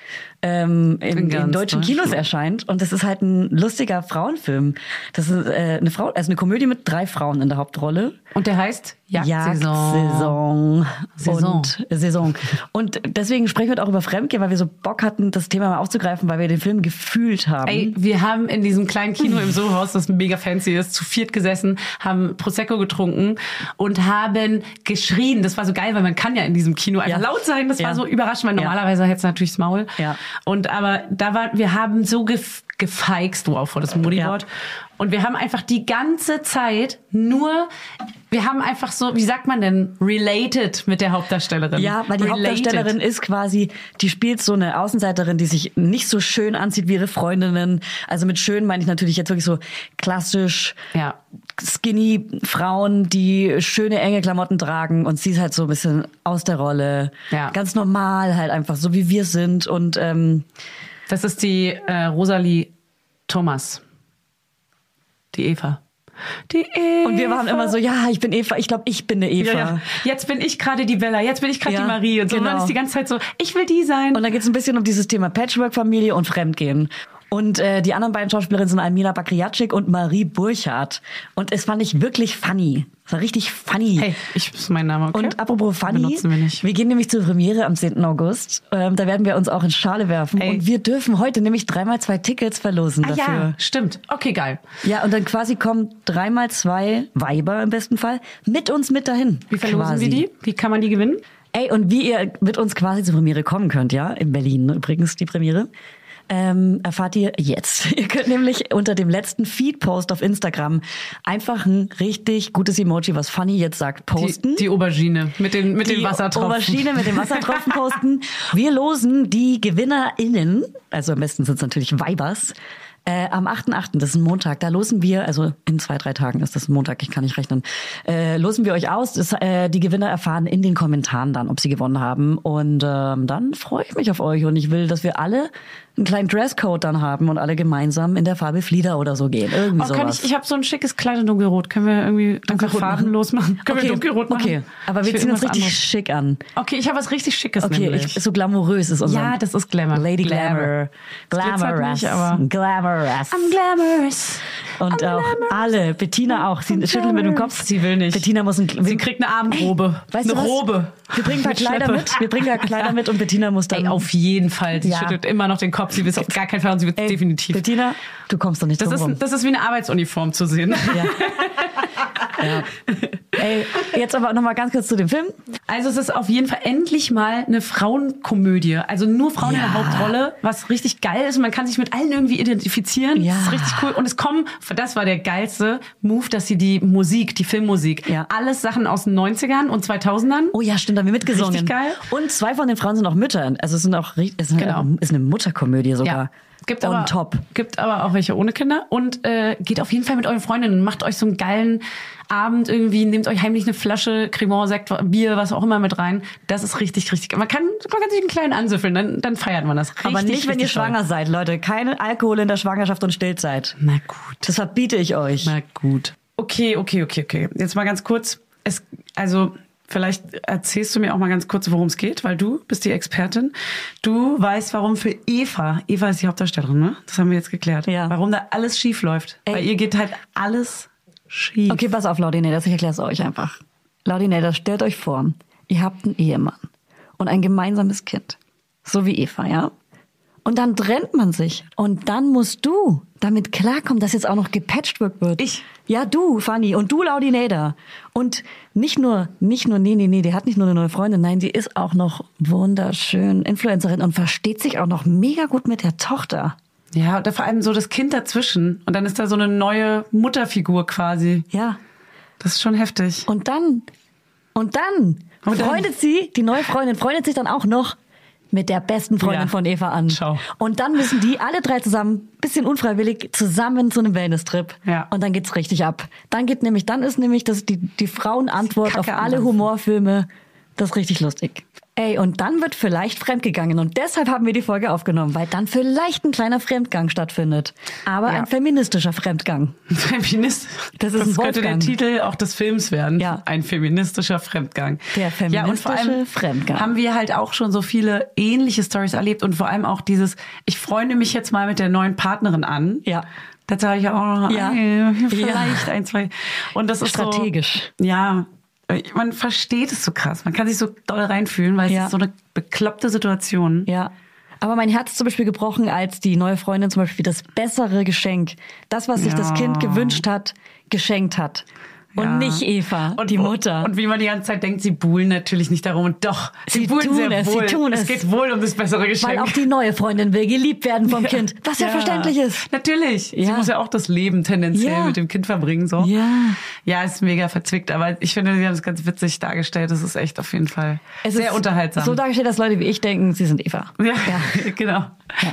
ähm, in, in,
ganz
deutschen Kinos
Deutschland.
erscheint. Und das ist halt ein lustiger Frauenfilm. Das ist äh, eine Frau, also eine Komödie mit drei Frauen in der Hauptrolle.
Und der heißt Jagdsaison. Saison.
Saison. Und äh, Saison. Und deswegen sprechen wir heute auch über Fremdgehen, weil wir so Bock hatten, das Thema mal aufzugreifen, weil wir den Film gefühlt haben.
Ey, wir haben in diesem kleinen Kino im Soho-Haus, das mega fancy ist, zu viert gesessen, haben Prosecco getrunken und haben geschrien. Das war so geil, weil man kann ja in diesem Kino einfach
Ja.
laut sein. Das
Ja.
war so überraschend, weil
Ja.
normalerweise hätte es natürlich das Maul.
Ja.
Und aber da war, wir haben so gef gefeigst, wow, vor das Moodywort.
Ja.
Und wir haben einfach die ganze Zeit nur, wir haben einfach so, wie sagt man denn, related mit der Hauptdarstellerin.
Ja, weil die
Ähm, Related.
Hauptdarstellerin ist quasi, die spielt so eine Außenseiterin, die sich nicht so schön anzieht wie ihre Freundinnen. Also mit schön meine ich natürlich jetzt wirklich so klassisch
Ja.
skinny Frauen, die schöne enge Klamotten tragen und sie ist halt so ein bisschen aus der Rolle.
Ja.
Ganz normal halt einfach, so wie wir sind und ähm,
Das ist die äh, Rosalie Thomas. Die Eva. Die Eva.
und wir waren immer so, ja, ich bin Eva, ich glaube, ich bin eine Eva.
Ja, ja. Jetzt bin ich gerade die Bella, jetzt bin ich gerade
Ja,
die Marie und so. Und
genau.
man ist die ganze Zeit so, ich will die sein.
Und da geht es ein bisschen um dieses Thema Patchwork-Familie und Fremdgehen. Und äh, die anderen beiden Schauspielerinnen sind Almina Bakriatschik und Marie Burchardt. Und es fand ich wirklich funny. Es war richtig funny.
hey, ich ist mein Name, okay?
Und apropos funny,
Benutzen wir nicht.
gehen nämlich zur Premiere am 10. August. Ähm, da werden wir uns auch in Schale werfen.
Hey.
Und wir dürfen heute nämlich dreimal zwei Tickets verlosen
ah, ja,
dafür.
stimmt. Okay, geil.
Ja. und dann quasi kommen dreimal zwei Weiber im besten Fall mit uns mit dahin.
Wie verlosen
quasi.
wir die? Wie kann man die gewinnen?
Ey, und wie ihr mit uns quasi zur Premiere kommen könnt, ja, in Berlin übrigens die Premiere, ähm, erfahrt ihr jetzt. Ihr könnt nämlich unter dem letzten Feed-Post auf Instagram einfach ein richtig gutes Emoji, was Funny jetzt sagt, posten.
Die, die Aubergine mit den, mit den
Die
Wassertropfen.
Aubergine mit den Wassertropfen posten. Wir losen die GewinnerInnen, also am besten sind es natürlich Weibers, äh, am 8.8., das ist ein Montag, da losen wir, also in zwei, drei Tagen ist das ein Montag, ich kann nicht rechnen, äh, losen wir euch aus. Das, äh, die Gewinner erfahren in den Kommentaren dann, ob sie gewonnen haben. Und ähm, dann freue ich mich auf euch und ich will, dass wir alle einen kleinen Dresscode dann haben und alle gemeinsam in der Farbe Flieder oder so gehen. Irgendwie
Oh, kann
sowas.
ich, ich habe so ein schickes Kleid in dunkelrot. Können wir irgendwie einfach
Dunkelrot machen?
farbenlos machen? Können wir
okay,
dunkelrot machen?
Okay, aber
Ich
wir
will
ziehen uns
irgendwas
richtig
anderes.
schick an.
Okay, ich habe was richtig Schickes
Okay,
nämlich.
ich, so glamourös ist unser.
Ja, das ist Glamour.
Lady
Glamour.
Glamour.
Das glitzert
Glamorous.
nicht, aber-
Glamorous.
glamorous.
Und
I'm
auch
glamorous.
alle. Bettina auch. Sie
I'm
schüttelt mit dem Kopf.
glamorous. Sie will nicht.
Bettina muss ein.
Sie kriegt eine Abendrobe.
weißt
eine
du was?
Robe.
Wir bringen da
Mit
Kleider
Schleppe.
mit. Wir bringen da Kleider mit und Bettina muss dann.
Ey, auf jeden Fall. Sie
Ja.
schüttelt immer noch den Kopf. Sie will es auf gar keinen Fall und sie wird es
Ey,
definitiv.
Bettina, du kommst doch nicht
Das
drum rum.
ist, das ist wie eine Arbeitsuniform zu sehen.
Ja. ja. Ey, jetzt aber nochmal ganz kurz zu dem Film.
Also es ist auf jeden Fall endlich mal eine Frauenkomödie. Also nur Frauen in der
Ja.
Hauptrolle, was richtig geil ist. Man kann sich mit allen irgendwie identifizieren.
Ja.
Das ist richtig cool. Und es kommen, das war der geilste Move, dass sie die Musik, die Filmmusik,
Ja.
alles Sachen aus den 90ern und 2000ern.
Oh ja, stimmt, da haben wir mitgesungen.
Richtig geil.
Und zwei von den Frauen sind auch Mütter. Also es sind auch richtig- es ist eine,
Genau.
ist eine Mutterkomödie sogar.
Gibt
On
aber,
top.
Gibt aber auch welche ohne Kinder. Und äh, geht auf jeden Fall mit euren Freundinnen und macht euch so einen geilen Abend irgendwie, nehmt euch heimlich eine Flasche Cremant, Sekt, Bier, was auch immer mit rein. Das ist richtig, richtig. Man kann, man kann sich einen kleinen ansüffeln, dann, dann feiert man das richtig.
Aber nicht, wenn ihr
richtig toll.
schwanger seid, Leute. Keine Alkohol in der Schwangerschaft und Stillzeit.
Na gut.
Das verbiete ich euch.
Na gut. Okay, okay, okay, okay. Jetzt mal ganz kurz. Es, also vielleicht erzählst du mir auch mal ganz kurz, worum es geht, weil du bist die Expertin. Du weißt, warum für Eva, Eva ist die Hauptdarstellerin, ne? Das haben wir jetzt geklärt.
Ja.
Warum da alles schief läuft.
Ey.
Bei ihr geht halt alles schief.
Okay, pass auf, Laudinators, ich erkläre es euch einfach. Laudinators, stellt euch vor, ihr habt einen Ehemann und ein gemeinsames Kind. So wie Eva, ja? Und dann trennt man sich. Und dann musst du damit klarkommen, dass jetzt auch noch gepatcht wird.
Ich?
Ja, du, Fanny. Und du, Laudinator. Und nicht nur, nicht nur, nee, nee, nee, die hat nicht nur eine neue Freundin. Nein, die ist auch noch wunderschön Influencerin und versteht sich auch noch mega gut mit der Tochter.
Ja, und da vor allem so das Kind dazwischen. Und dann ist da so eine neue Mutterfigur quasi.
Ja.
Das ist schon heftig.
Und dann, und dann
Und dann-
freundet sie, die neue Freundin freundet sich dann auch noch mit der besten Freundin
Ja.
von Eva an.
Ciao.
Und dann müssen die alle drei zusammen, bisschen unfreiwillig, zusammen zu einem Wellness-Trip.
Ja.
Und dann geht's richtig ab. Dann geht nämlich, dann ist nämlich das, die, die Frauenantwort auf
Kacke am
alle
Dampfen.
Humorfilme, das ist richtig lustig. Ey, und dann wird vielleicht fremdgegangen und deshalb haben wir die Folge aufgenommen, weil dann vielleicht ein kleiner Fremdgang stattfindet. Aber
Ja.
ein feministischer Fremdgang.
Feminist.
Das ist ein
könnte der
Wolfgang.
Titel auch des Films werden.
Ja.
Ein feministischer Fremdgang.
Der
ja, und vor allem
feministische Fremdgang.
Haben wir halt auch schon so viele ähnliche Stories erlebt und vor allem auch dieses, ich freunde mich jetzt mal mit der neuen Partnerin an.
Ja.
Dazu habe ich ja auch noch
Ja.
ein,
Ja.
vielleicht ein, zwei. Und das ist
Strategisch.
So, ja. Man versteht es so krass. Man kann sich so doll reinfühlen, weil es
Ja.
ist so eine bekloppte Situation.
Ja. Aber mein Herz ist zum Beispiel gebrochen, als die neue Freundin zum Beispiel das bessere Geschenk, das, was sich das
Ja.
Kind gewünscht hat, geschenkt hat. Und
Ja.
nicht Eva, die Mutter.
Und wie man die ganze Zeit denkt, sie buhlen natürlich nicht darum. Und doch, sie,
Sie
buhlen
tun
sehr
es, sie
wohl.
tun
es
es.
geht wohl um das bessere Geschenk.
weil auch die neue Freundin will geliebt werden vom Kind, was ja, verständlich ist.
Natürlich. Sie
Ja.
muss ja auch das Leben tendenziell
Ja.
mit dem Kind verbringen. So.
Ja.
ja, ist mega verzwickt. Aber ich finde, sie haben es ganz witzig dargestellt. Das ist echt auf jeden Fall
Es
sehr
ist
unterhaltsam.
So dargestellt, dass Leute wie ich denken, sie sind Eva.
ja, genau.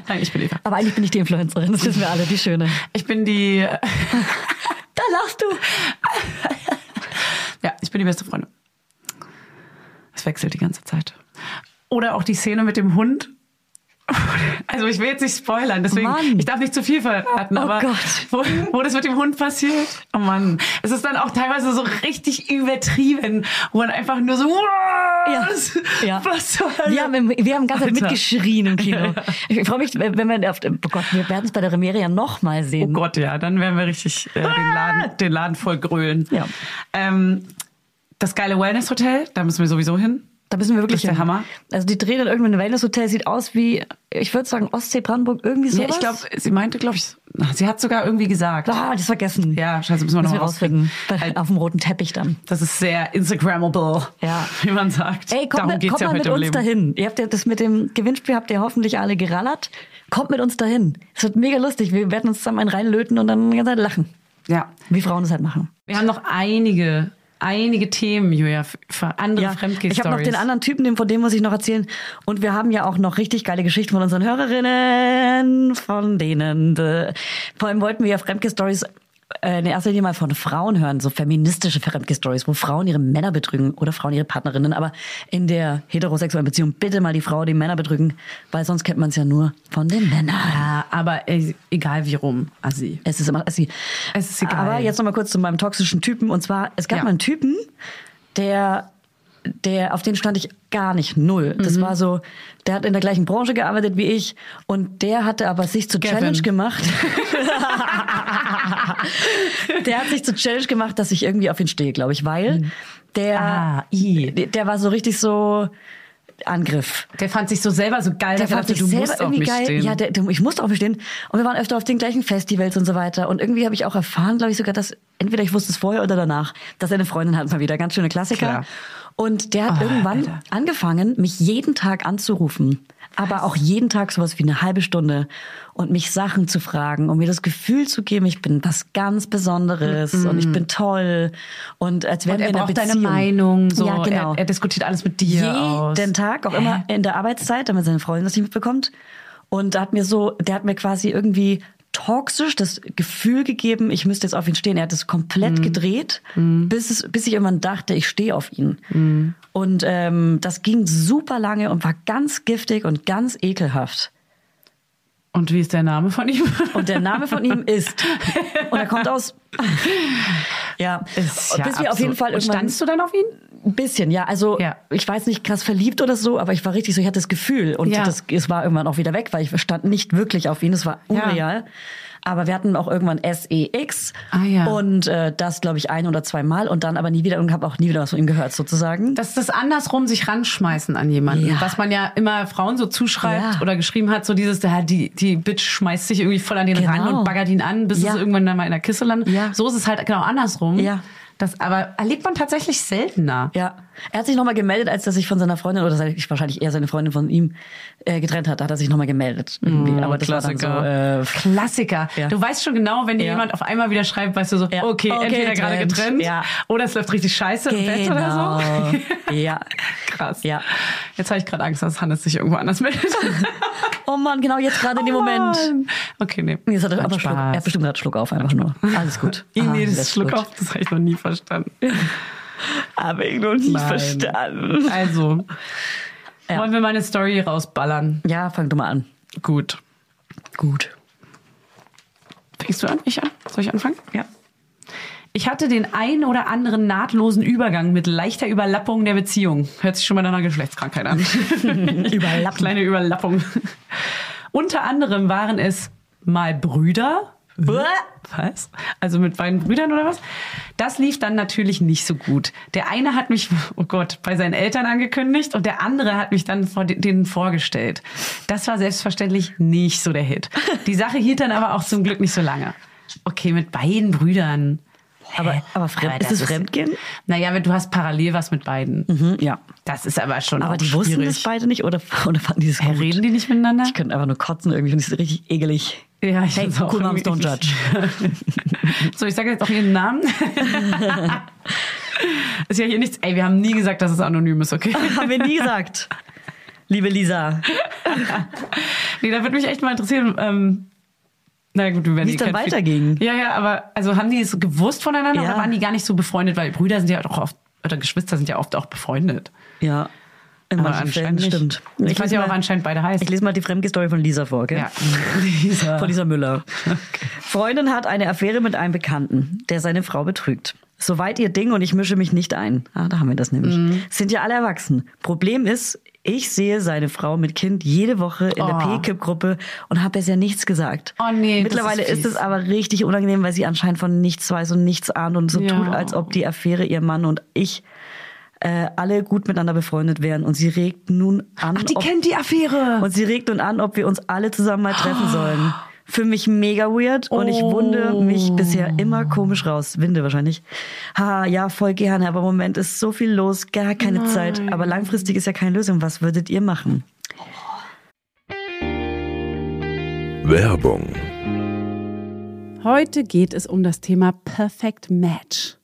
Nein, ich bin Eva.
Aber eigentlich bin ich die Influencerin, das wissen wir alle, die Schöne.
Ich bin die, äh,
Da lachst du.
ja, ich bin die beste Freundin. Es wechselt die ganze Zeit. Oder auch die Szene mit dem Hund. Also ich will jetzt nicht spoilern, deswegen
Mann.
ich darf nicht zu viel verraten,
Oh
aber
Gott.
Wo, wo das mit dem Hund passiert. Oh Mann, es ist dann auch teilweise so richtig übertrieben, wo man einfach nur so
Ja.
was,
Ja.
was zur Hölle?
Wir haben, im- wir haben ganz
Alter.
mitgeschrien im Kino.
Ja, ja.
Ich freue mich, wenn wir auf, oh Gott, wir werden es bei der Premiere ja nochmal
Oh
sehen.
Gott, ja, dann werden wir richtig äh, den, Laden, den Laden voll grölen.
Ah! Ja.
Ähm, das geile Wellness-Hotel, da müssen wir sowieso hin.
Da müssen wir wirklich
Das ist der
hin.
Hammer.
Also die drehen in irgendeinem Wellness-Hotel, sieht aus wie, ich würde sagen, Ostsee, Brandenburg, irgendwie sowas.
Ja, ich glaube, sie meinte, glaube ich, sie hat sogar irgendwie gesagt.
Ah, das vergessen.
Ja, scheiße, müssen wir noch rausfinden. Halt
Bei- Auf dem roten Teppich dann.
Das ist sehr Instagrammable,
Ja.
wie man sagt.
Ey, kommt,
Darum
mit,
geht's
kommt
ja
mal mit
heute im
uns
Leben.
dahin. Ihr habt ja das mit dem Gewinnspiel habt ihr hoffentlich alle gerallert. Kommt mit uns dahin. Es wird mega lustig. Wir werden uns zusammen einen reinlöten und dann die ganze Zeit lachen.
Ja.
Wie Frauen es halt machen.
Wir haben noch einige, einige Themen, Julia, für andere
Ja,
Fremdgeh-Stories.
ich habe noch den anderen Typen, dem- von dem muss ich noch erzählen. Und wir haben ja auch noch richtig geile Geschichten von unseren Hörerinnen, von denen. äh, Vor allem wollten wir ja Fremdgeh-Stories äh, in erster Linie mal von Frauen hören, so feministische Fremdgeh-Stories, wo Frauen ihre Männer betrügen oder Frauen ihre Partnerinnen. Aber in der heterosexuellen Beziehung bitte mal die Frau die Männer betrügen, weil sonst kennt man es ja nur von den Männern.
Ja, Ah, aber ey, egal wie rum, Assi.
Es ist immer, es ist,
Es ist egal.
Aber jetzt nochmal kurz zu meinem toxischen Typen. Und zwar, es gab
Ja.
mal einen Typen, der, der, auf den stand ich gar nicht null. Das
Mhm.
war so, der hat in der gleichen Branche gearbeitet wie ich und der hatte aber sich zur
Gavin.
Challenge gemacht. der hat sich zur Challenge gemacht, dass ich irgendwie auf ihn stehe, glaube ich, weil der,
Ah, Mhm. i.
der, der war so richtig so Angriff
Der fand sich so selber so geil,
der
dass er
fand
dachte,
sich
du
selber
musst auf
irgendwie
mich
geil.
stehen.
Ja, der, der, ich musste auf mich stehen. Und wir waren öfter auf den gleichen Festivals und so weiter. Und irgendwie habe ich auch erfahren, glaube ich sogar, dass entweder ich wusste es vorher oder danach, dass er eine Freundin hat mal wieder. Ganz schöne Klassiker.
Klar.
Und der hat
Oh,
irgendwann
Alter.
angefangen, mich jeden Tag anzurufen. Aber auch jeden Tag sowas wie eine halbe Stunde und mich Sachen zu fragen, um mir das Gefühl zu geben, ich bin was ganz Besonderes und ich bin toll und als wären
und
wir
er
in einer
braucht deine
Beziehung.
Meinung, so.
ja, genau
er, er diskutiert alles mit dir
jeden
aus.
Tag, auch immer in der Arbeitszeit, damit seine Freundin das nicht mitbekommt. Und da hat mir so, der hat mir quasi irgendwie toxisch das Gefühl gegeben, ich müsste jetzt auf ihn stehen. Er hat es komplett
Mhm.
gedreht, bis es, bis ich irgendwann dachte, ich stehe auf ihn.
Mhm.
Und ähm, das ging super lange und war ganz giftig und ganz ekelhaft.
Und wie ist der Name von ihm?
Und der Name von ihm ist. Und er kommt aus. ja.
Ist ja
bis wir auf jeden
absurd.
Fall
Und
irgendwann-
standst du dann auf ihn?
ein bisschen, ja. Also
Ja.
ich weiß nicht krass verliebt oder so, aber ich war richtig so, ich hatte das Gefühl und
Ja.
das, es war irgendwann auch wieder weg, weil ich stand nicht wirklich auf ihn, es war
Ja.
unreal. Aber wir hatten auch irgendwann SEX
Ah, ja.
und äh, das glaube ich ein oder zweimal und dann aber nie wieder und habe auch nie wieder was von ihm gehört sozusagen.
Das ist das andersrum, sich ranschmeißen an jemanden.
Ja.
Was man ja immer Frauen so zuschreibt
Ja.
oder geschrieben hat, so dieses, ja, die, die Bitch schmeißt sich irgendwie voll an den
Genau.
ran und baggert ihn an, bis
Ja.
es irgendwann dann mal in der Kiste landet.
Ja.
So ist es halt genau andersrum.
Ja.
Das aber erlebt man tatsächlich seltener.
Ja, er hat sich nochmal gemeldet, als er sich von seiner Freundin oder sei- wahrscheinlich eher seine Freundin von ihm äh, getrennt hat. Da hat er sich nochmal gemeldet. Irgendwie. Aber das war dann so, äh,
Mm, Klassiker.
Ja.
Du weißt schon genau, wenn dir
Ja.
jemand auf einmal wieder schreibt, weißt du so,
Ja.
okay,
Okay,
entweder gerade
getrennt.
getrennt
Ja. Genau.
oder es läuft richtig scheiße im Bett oder so.
ja.
Krass.
Ja.
Jetzt habe ich gerade Angst, dass Hannes sich irgendwo anders meldet.
Oh Mann, genau jetzt gerade in dem
Oh
Moment.
Mann. Okay, nee.
Jetzt hat er,
Hat
aber Schluck,
Spaß.
er hat bestimmt gerade Schluck auf, einfach nur. Alles gut.
Ih,
Ah,
nee, das
Alles
ist Schluck
gut.
auf, das habe ich noch nie verstanden.
Habe ich noch nie
Nein.
verstanden.
Also,
Ja.
wollen wir mal eine Story rausballern?
Ja, fang du mal an.
Gut.
Gut.
Fängst du an? Ich an? Soll ich anfangen?
Ja.
Ich hatte den ein oder anderen nahtlosen Übergang mit leichter Überlappung der Beziehung. Hört sich schon mal nach einer Geschlechtskrankheit an.
Überlappen.
Kleine Überlappung. Unter anderem waren es mal Brüder.
Mhm.
Was? Also mit beiden Brüdern oder was? Das lief dann natürlich nicht so gut. Der eine hat mich, oh Gott, bei seinen Eltern angekündigt und der andere hat mich dann vor de- denen vorgestellt. Das war selbstverständlich nicht so der Hit. Die Sache hielt dann aber auch zum Glück nicht so lange. Okay, mit beiden Brüdern.
Aber,
Hä?
aber fremd, ist
das
es Fremdgehen?
Naja, du hast parallel was mit beiden.
Hm, ja. Oh,
Das ist aber schon
Aber
auch
die
schwierig.
wussten das beide nicht oder, oder fanden die das
Hä,
gut?
reden die nicht miteinander?
Ich könnte einfach nur kotzen irgendwie, finde ich das richtig ekelig.
Ja, ich
Hey,
find's auch
cool Moms
irgendwie-
don't judge.
so, ich sage jetzt auch ihren Namen. ist ja hier nichts. Ey, wir haben nie gesagt, dass es anonym ist, okay?
Haben wir nie gesagt. Liebe Lisa,
nee, da würde mich echt mal interessieren. Ähm, na gut, wir werden
Wie es
die
dann
kein-
weiterging.
Ja, ja, aber also haben die es gewusst voneinander
Ja.
oder waren die gar nicht so befreundet? Weil Brüder sind ja auch oft, oder Geschwister sind ja oft auch befreundet.
Ja. In
Aber
manchen Fällen
anscheinend nicht.
stimmt.
Ich weiß
lese
ja auch
mal-
anscheinend beide heißen.
Ich lese mal die Fremdgestory von Lisa vor, gell?
Ja. Lisa.
Von Lisa Müller. Freundin hat eine Affäre mit einem Bekannten, der seine Frau betrügt. Soweit ihr Ding und ich mische mich nicht ein. Ah, da haben wir das nämlich.
Mhm.
Sind ja alle erwachsen. Problem ist, ich sehe seine Frau mit Kind jede Woche in der
Oh.
P-Kip-Gruppe und habe bisher nichts gesagt.
Oh nee, das
Mittlerweile
ist
ist,
fies.
es aber richtig unangenehm, weil sie anscheinend von nichts weiß und nichts ahnt und so
Ja.
tut, als ob die Affäre ihr Mann und ich äh, alle gut miteinander befreundet wären. Und sie regt nun an.
Ach, die
ob-
kennt die
Ah.
Affäre.
und sie regt nun an, ob wir uns alle zusammen mal treffen sollen. Für mich mega weird und ich wunde
Oh.
mich bisher immer komisch raus. Winde wahrscheinlich. Ha, ja, voll gerne, aber im Moment ist so viel los, gar keine Zeit. Aber langfristig ist ja keine Lösung. Was würdet ihr machen?
Werbung,
Heute geht es um das Thema Perfect Match.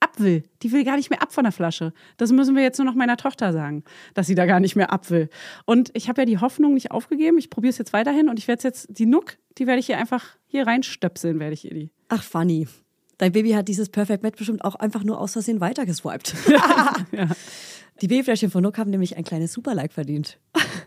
ab will. Die will gar nicht mehr ab von der Flasche. Das müssen wir jetzt nur noch meiner Tochter sagen, dass sie da gar nicht mehr ab will. Und ich habe ja die Hoffnung nicht aufgegeben. Ich probiere es jetzt weiterhin und ich werde jetzt die Nuck, die werde ich hier einfach hier reinstöpseln, werde ich ihr die.
Ach, funny. Dein Baby hat dieses Perfect Match bestimmt auch einfach nur aus Versehen weitergeswiped. Die Babyfläschchen von Nook haben nämlich ein kleines Superlike verdient.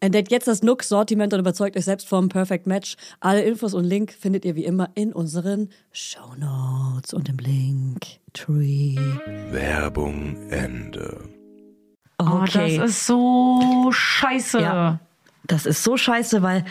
entdeckt jetzt das Nook-Sortiment und überzeugt euch selbst vom Perfect Match. Alle Infos und Link findet ihr wie immer in unseren Show Notes und im Link Tree.
Werbung, Ende.
Oh, das ist so scheiße.
Ja. Das ist so scheiße, weil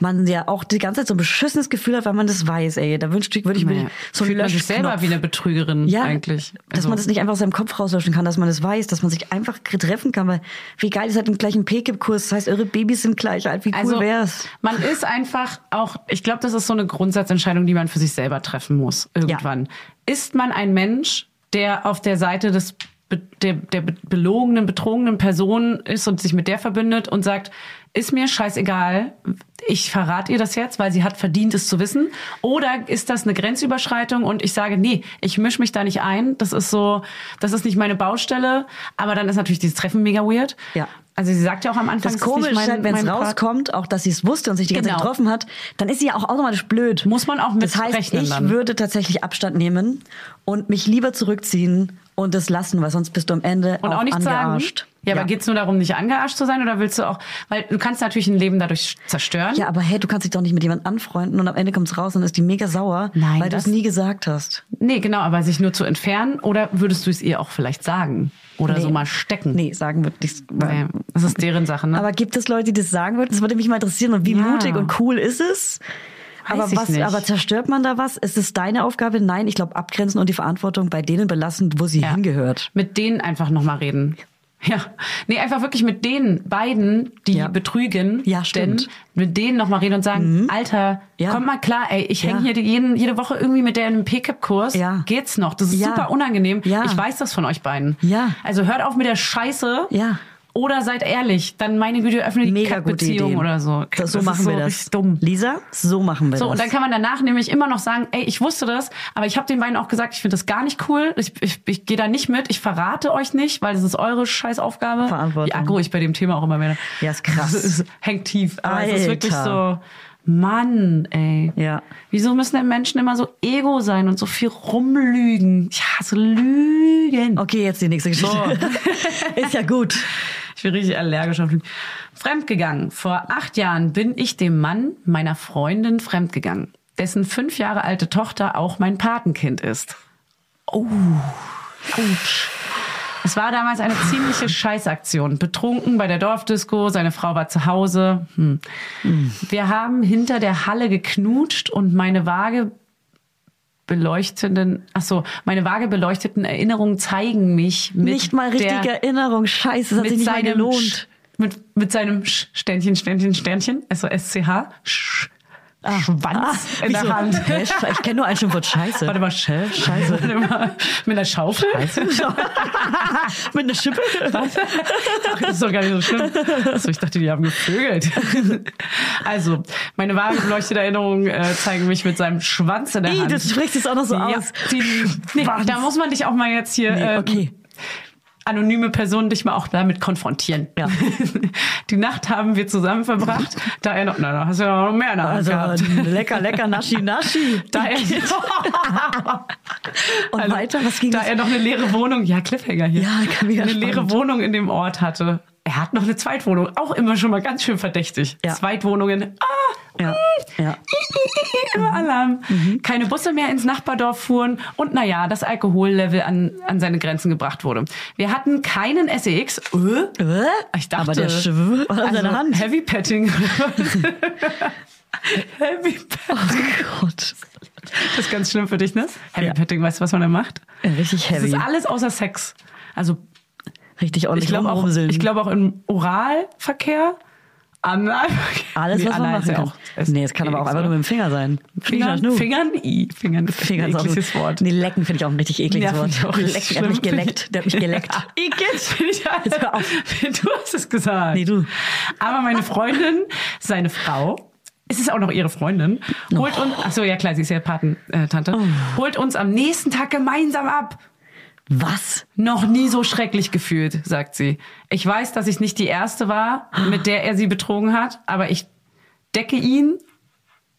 man ja auch die ganze Zeit so ein beschissenes Gefühl hat, weil man das weiß, ey. Da wünschte ich, würde ich mir
Naja,
so einen
fühlt man sich
Löschknopf.
selber wie eine Betrügerin
ja,
eigentlich. Also
Dass man das nicht einfach aus seinem Kopf rauslöschen kann, dass man das weiß, dass man sich einfach treffen kann, weil wie geil ist halt im gleichen PKIP-Kurs, das heißt, eure Babys sind gleich alt, wie cool
also,
wär's?
man ist einfach auch, ich glaube, das ist so eine Grundsatzentscheidung, die man für sich selber treffen muss, irgendwann. Ist man ein Mensch, der auf der Seite des, be- der, der be- belogenen, betrogenen Person ist und sich mit der verbündet und sagt, ist mir scheißegal, ich verrate ihr das jetzt, weil sie hat verdient, es zu wissen? Oder ist das eine Grenzüberschreitung und ich sage, nee, ich mische mich da nicht ein, das ist so, das ist nicht meine Baustelle, aber dann ist natürlich dieses Treffen mega weird.
Ja.
Also sie sagt ja auch am Anfang,
Das
ist
Komische
nicht
ist halt, wenn es
mein Part.
rauskommt, auch dass sie es wusste und sich die ganze Zeit
Genau.
getroffen hat, dann ist sie ja auch automatisch blöd.
Muss man auch mit
Das heißt,
rechnen
ich
dann.
würde tatsächlich Abstand nehmen und mich lieber zurückziehen und das lassen, weil sonst bist du am Ende
Und auch, nicht
angearscht.
sagen. Ja, aber geht's nur darum, nicht angearscht zu sein oder willst du auch, weil du kannst natürlich ein Leben dadurch zerstören.
Ja, aber hey, du kannst dich doch nicht mit jemandem anfreunden und am Ende kommt's raus und ist die mega sauer,
Nein,
weil du es
das-
nie gesagt hast.
Nee, genau, aber sich nur zu entfernen oder würdest du es ihr auch vielleicht sagen oder
Nee.
so mal stecken?
Nee, sagen würde ich
Nee, Das ist deren Sache, ne?
Aber gibt es Leute, die das sagen würden? Das würde mich mal interessieren. Und wie
Ja.
mutig und cool ist es?
Weiß
Aber,
ich
was,
nicht.
aber zerstört man da was? Ist es deine Aufgabe? Nein, ich glaube, abgrenzen und die Verantwortung bei denen belassen, wo sie
Ja.
hingehört.
Mit denen einfach nochmal reden. Ja. Nee, einfach wirklich mit den beiden, die
Ja.
betrügen.
Ja,
denn
stimmt. Mhm.
Mit denen nochmal reden und sagen, Alter,
Ja.
komm mal klar, ey, ich
Ja.
hänge hier die- jeden, jede Woche irgendwie mit der in einem PCAP-Kurs.
Ja.
Geht's noch? Das ist
Ja.
super unangenehm.
Ja.
Ich weiß das von euch beiden.
Ja.
Also hört auf mit der Scheiße.
Ja.
Oder seid ehrlich. Dann meine Güte, öffne die
Mega gute
Beziehung
Idee.
oder so.
Das, so
ist
machen
so
wir das.
richtig dumm.
Lisa, so machen wir
So,
das.
und dann kann man danach nämlich immer noch sagen, ey, ich wusste das, aber ich habe den beiden auch gesagt, ich finde das gar nicht cool, ich, ich, ich gehe da nicht mit, ich verrate euch nicht, weil das ist eure Scheißaufgabe.
Verantwortung.
Wie aggro ich bei dem Thema auch immer werde.
Ja, ist krass.
Das ist, hängt tief, aber es ist wirklich so,
Alter.
Mann, ey.
Ja.
Wieso müssen denn Menschen immer so ego sein und so viel rumlügen? Ich hasse Lügen.
okay, jetzt die nächste Geschichte. ist ja gut.
Ich bin richtig allergisch auf Fliegen. Fremdgegangen. Vor acht Jahren bin ich dem Mann meiner Freundin fremdgegangen, dessen fünf Jahre alte Tochter auch mein Patenkind ist. Oh, ouch. Es war damals eine ziemliche Scheißaktion. Betrunken bei der Dorfdisco, seine Frau war zu Hause. Hm. Wir haben hinter der Halle geknutscht und meine Waage beleuchtenden, ach so, meine vage beleuchteten Erinnerungen zeigen mich mit
nicht mal richtige
der,
Erinnerung. Scheiße, das hat sich
mit
nicht mal
seinem
gelohnt.
Sch- mit, mit seinem Sch- Sternchen, Sternchen, Sternchen, also SCH, Sch, Schwanz in
Ah. Wieso?
der Hand.
Hä, Sch- Ich kenne nur ein Schimpfwort Scheiße.
Warte mal, Sch Scheiße. Warte mal, mit einer Schaufel?
Mit einer Schippe.
Was? Das ist doch gar nicht so schlimm. Also ich dachte, die haben gevögelt. Also, meine wahren beleuchtete Erinnerungen äh, zeigen mich mit seinem Schwanz in der
Ih,
Hand.
du sprichst es auch noch so aus.
Die, nee,
Schwanz.
da muss man dich auch mal jetzt hier...
Nee,
äh,
okay.
Anonyme Personen dich mal auch damit konfrontieren.
Ja.
Die Nacht haben wir zusammen verbracht. Da er noch, na, da hast du ja noch mehr in der Hand gehabt.
Also lecker, lecker, naschi, naschi.
Da er,
Und
Also,
weiter, was ging
da
das?
er noch eine leere Wohnung, ja, Cliffhanger hier.
Ja, kann wieder
Eine
spannend.
leere Wohnung in dem Ort hatte. Er hat noch eine Zweitwohnung, auch immer schon mal ganz schön verdächtig.
Ja.
Zweitwohnungen, ah,
Ja, ja.
immer Alarm. Keine Busse mehr ins Nachbardorf fuhren und naja, das Alkohollevel an, an seine Grenzen gebracht wurde. Wir hatten keinen SEX. Äh?
Äh?
Ich dachte, Also,
Aber der Schw war in seiner Hand.
Heavy Petting. Heavy Petting.
Oh Gott.
Das ist ganz schlimm für dich, ne? Heavy
Ja.
Petting, weißt du, was man da macht?
Ja, richtig
Das
heavy.
ist alles außer Sex. Also
Richtig
ich
ordentlich
glaube auch,
rumrumseln.
ich glaube auch im Oralverkehr, Analverkehr.
Alles, was man
Anal ist
machen
ja
kann.
ist
nee, es kann aber auch
eklig,
einfach nur
oder?
mit dem Finger sein.
Fingern,
Schnu.
Fingern, i, Fingern, ist
Finger
ein
ist auch
ekliges
ein-
Wort.
Nee, lecken finde ich auch ein richtig ekliges
Ja, finde ich
Wort.
auch richtig
Lecken, der hat mich
schlimm.
geleckt. Der hat mich geleckt.
Igitt, bin ich
Jetzt hör auf.
Du hast es gesagt.
Nee, du.
Aber meine Freundin, seine Frau, es ist auch noch ihre Freundin, holt uns, ach so, ja klar, sie ist ja Patentante, äh, Tante,
Oh.
holt uns am nächsten Tag gemeinsam ab.
Was?
Noch nie so schrecklich gefühlt, sagt sie. Ich weiß, dass ich nicht die Erste war, mit der er sie betrogen hat, aber ich decke ihn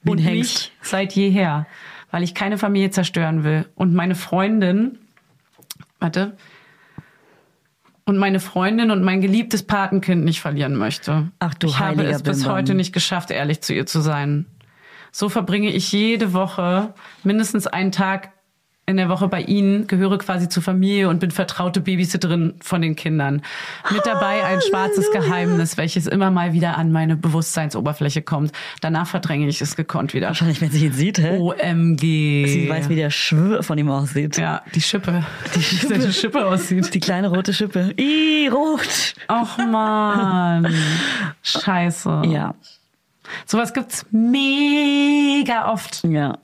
Wen
und
hängst?
mich seit jeher, weil ich keine Familie zerstören will. Und meine Freundin, warte, und meine Freundin und mein geliebtes Patenkind nicht verlieren möchte.
Ach du
Ich habe
heiliger
es bis
Bimbam.
heute nicht geschafft, ehrlich zu ihr zu sein. So verbringe ich jede Woche mindestens einen Tag in der Woche bei Ihnen, gehöre quasi zur Familie und bin vertraute Babysitterin von den Kindern. Mit dabei ein schwarzes Geheimnis, welches immer mal wieder an meine Bewusstseinsoberfläche kommt. Danach verdränge ich es gekonnt wieder.
Wahrscheinlich, wenn sie ihn sieht,
Oh,
hä?
OMG.
Sie weiß, wie der Schw von ihm aussieht.
ja, die Schippe. Die Schippe, die Schippe aussieht.
Die kleine rote Schippe. Ih, rot.
Och man. Scheiße.
Ja,
Sowas gibt's mega oft.
ja.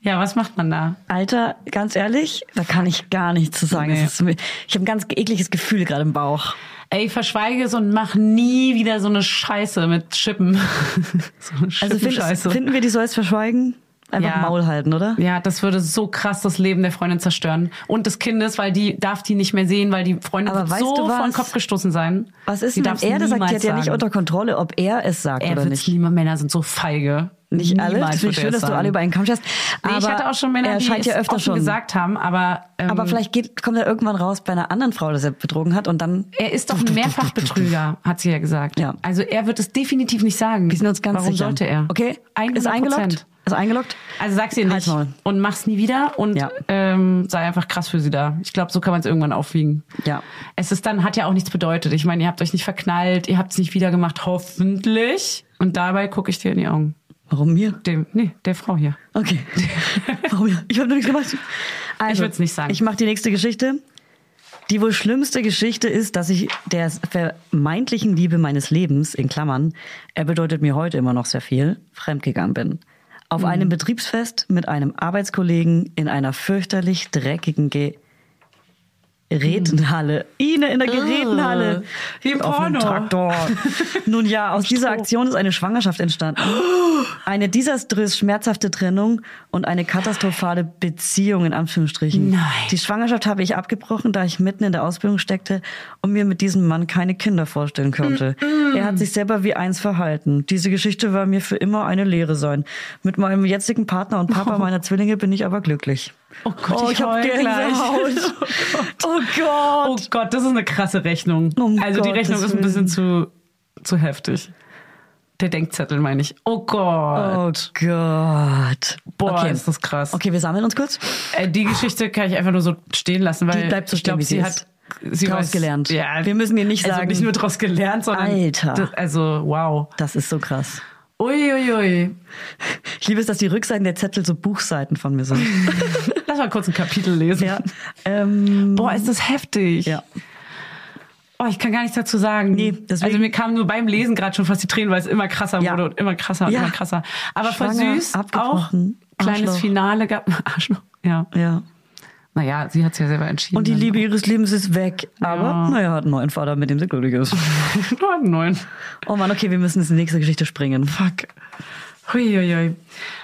Ja, was macht man da?
Alter, ganz ehrlich, da kann ich gar nichts zu sagen.
Nee.
Es Ist, mir- ich habe ein ganz ekliges Gefühl gerade im Bauch.
Ey, verschweige es und mach nie wieder so eine Scheiße mit Schippen. so eine
Also find,
Scheiße.
finden wir, die soll es verschweigen? Einfach
Ja.
Maul halten, oder?
ja, das würde so krass das Leben der Freundin zerstören. Und des Kindes, weil die darf die nicht mehr sehen, weil die Freundin
Aber
wird
weißt
so
du was?
vor den Kopf gestoßen sein.
Was ist
die
denn, wenn
darf's
er das sagt? Die
niemals
hat ja nicht
sagen.
unter Kontrolle, ob er es sagt
Er
oder
wird's
nicht.
niemals- Männer sind so feige.
Nicht alle.
Niemals
Das finde
wird
ich
er
schön,
es
dass du
sagen.
alle über einen Kamm scherst.
Nee, ich hatte auch schon Männer,
er
die
scheint
es
ja öfter
offen
schon.
gesagt haben, aber, ähm,
Aber vielleicht geht, kommt er irgendwann raus bei einer anderen Frau, dass er betrogen hat und dann.
Er ist doch ein Mehrfachbetrüger, hat sie ja gesagt.
Ja.
Also er wird es definitiv nicht sagen.
Wir sind uns ganz
Warum
sicher.
sollte er?
Okay.
100%.
Ist eingeloggt? Ist eingeloggt?
Also sag's ihr nicht
Halt's Maul.
und mach's nie wieder und
Ja.
ähm, sei einfach krass für sie da. Ich glaube, so kann man es irgendwann aufwiegen.
Ja.
Es ist dann, hat ja auch nichts bedeutet. Ich meine, ihr habt euch nicht verknallt, ihr habt es nicht wieder gemacht, hoffentlich. Und dabei gucke ich dir in die Augen.
Warum mir?
Dem, nee, der Frau hier.
Okay. Warum mir? Ich habe nichts gemacht. Also,
würd's nicht sagen.
Ich mache die nächste Geschichte. Die wohl schlimmste Geschichte ist, dass ich der vermeintlichen Liebe meines Lebens, in Klammern, er bedeutet mir heute immer noch sehr viel, fremdgegangen bin.
Mhm.
Auf einem Betriebsfest mit einem Arbeitskollegen in einer fürchterlich dreckigen Gerätenhalle. Ine in der Gerätenhalle.
Wie im
Auf einem
Porno.
Traktor. Nun ja, aus dieser Aktion ist eine Schwangerschaft entstanden. Eine desaströs schmerzhafte Trennung und eine katastrophale Beziehung in Anführungsstrichen.
Nein.
Die Schwangerschaft habe ich abgebrochen, da ich mitten in der Ausbildung steckte und mir mit diesem Mann keine Kinder vorstellen konnte. Er hat sich selber wie eins verhalten. Diese Geschichte war mir für immer eine Lehre sein. Mit meinem jetzigen Partner und Papa meiner Zwillinge bin ich aber glücklich.
Oh Gott,
Oh,
ich,
ich hab
heul gleich.
Gänsehaut. Oh Gott.
Oh Gott, das ist eine krasse Rechnung.
Um
also die
Gottes
Rechnung ist ein bisschen zu, zu heftig. Der Denkzettel meine ich. Oh Gott.
Oh Gott.
Boah,
okay.
ist das krass.
Okay, wir sammeln uns kurz.
Äh, die Geschichte kann ich einfach nur so stehen lassen, weil
bleibt so
ich
stehen,
glaube,
wie
sie,
sie
hat
ist.
sie
Draus
weiß,
gelernt.
Ja,
Wir müssen ihr nicht
also
sagen-
Nicht nur draus gelernt, sondern
Alter.
Das, also wow.
Das ist so krass.
Uiuiui.
Ich liebe es, dass die Rückseiten der Zettel so Buchseiten von mir sind.
Lass mal kurz ein Kapitel lesen.
ja. Ähm,
Boah, ist das heftig.
Ja.
Oh, ich kann gar nichts dazu sagen.
Nee, deswegen-
also mir kamen nur beim Lesen gerade schon fast die Tränen, weil es immer krasser
Ja.
wurde und immer krasser und
Ja.
immer krasser. Aber voll
Schwanger,
süß. Auch
abgebrochen,
kleines
Arschloch.
Finale gab. Arschloch. Ja.
ja.
Naja, sie hat es ja selber entschieden.
Und die
Dann-
Liebe ihres Lebens ist weg. Aber naja, hat einen neuen Vater, mit dem sie glücklich ist.
Nur einen neuen.
Oh Mann, okay, wir müssen jetzt in die nächste Geschichte springen.
Fuck. Huiuiui.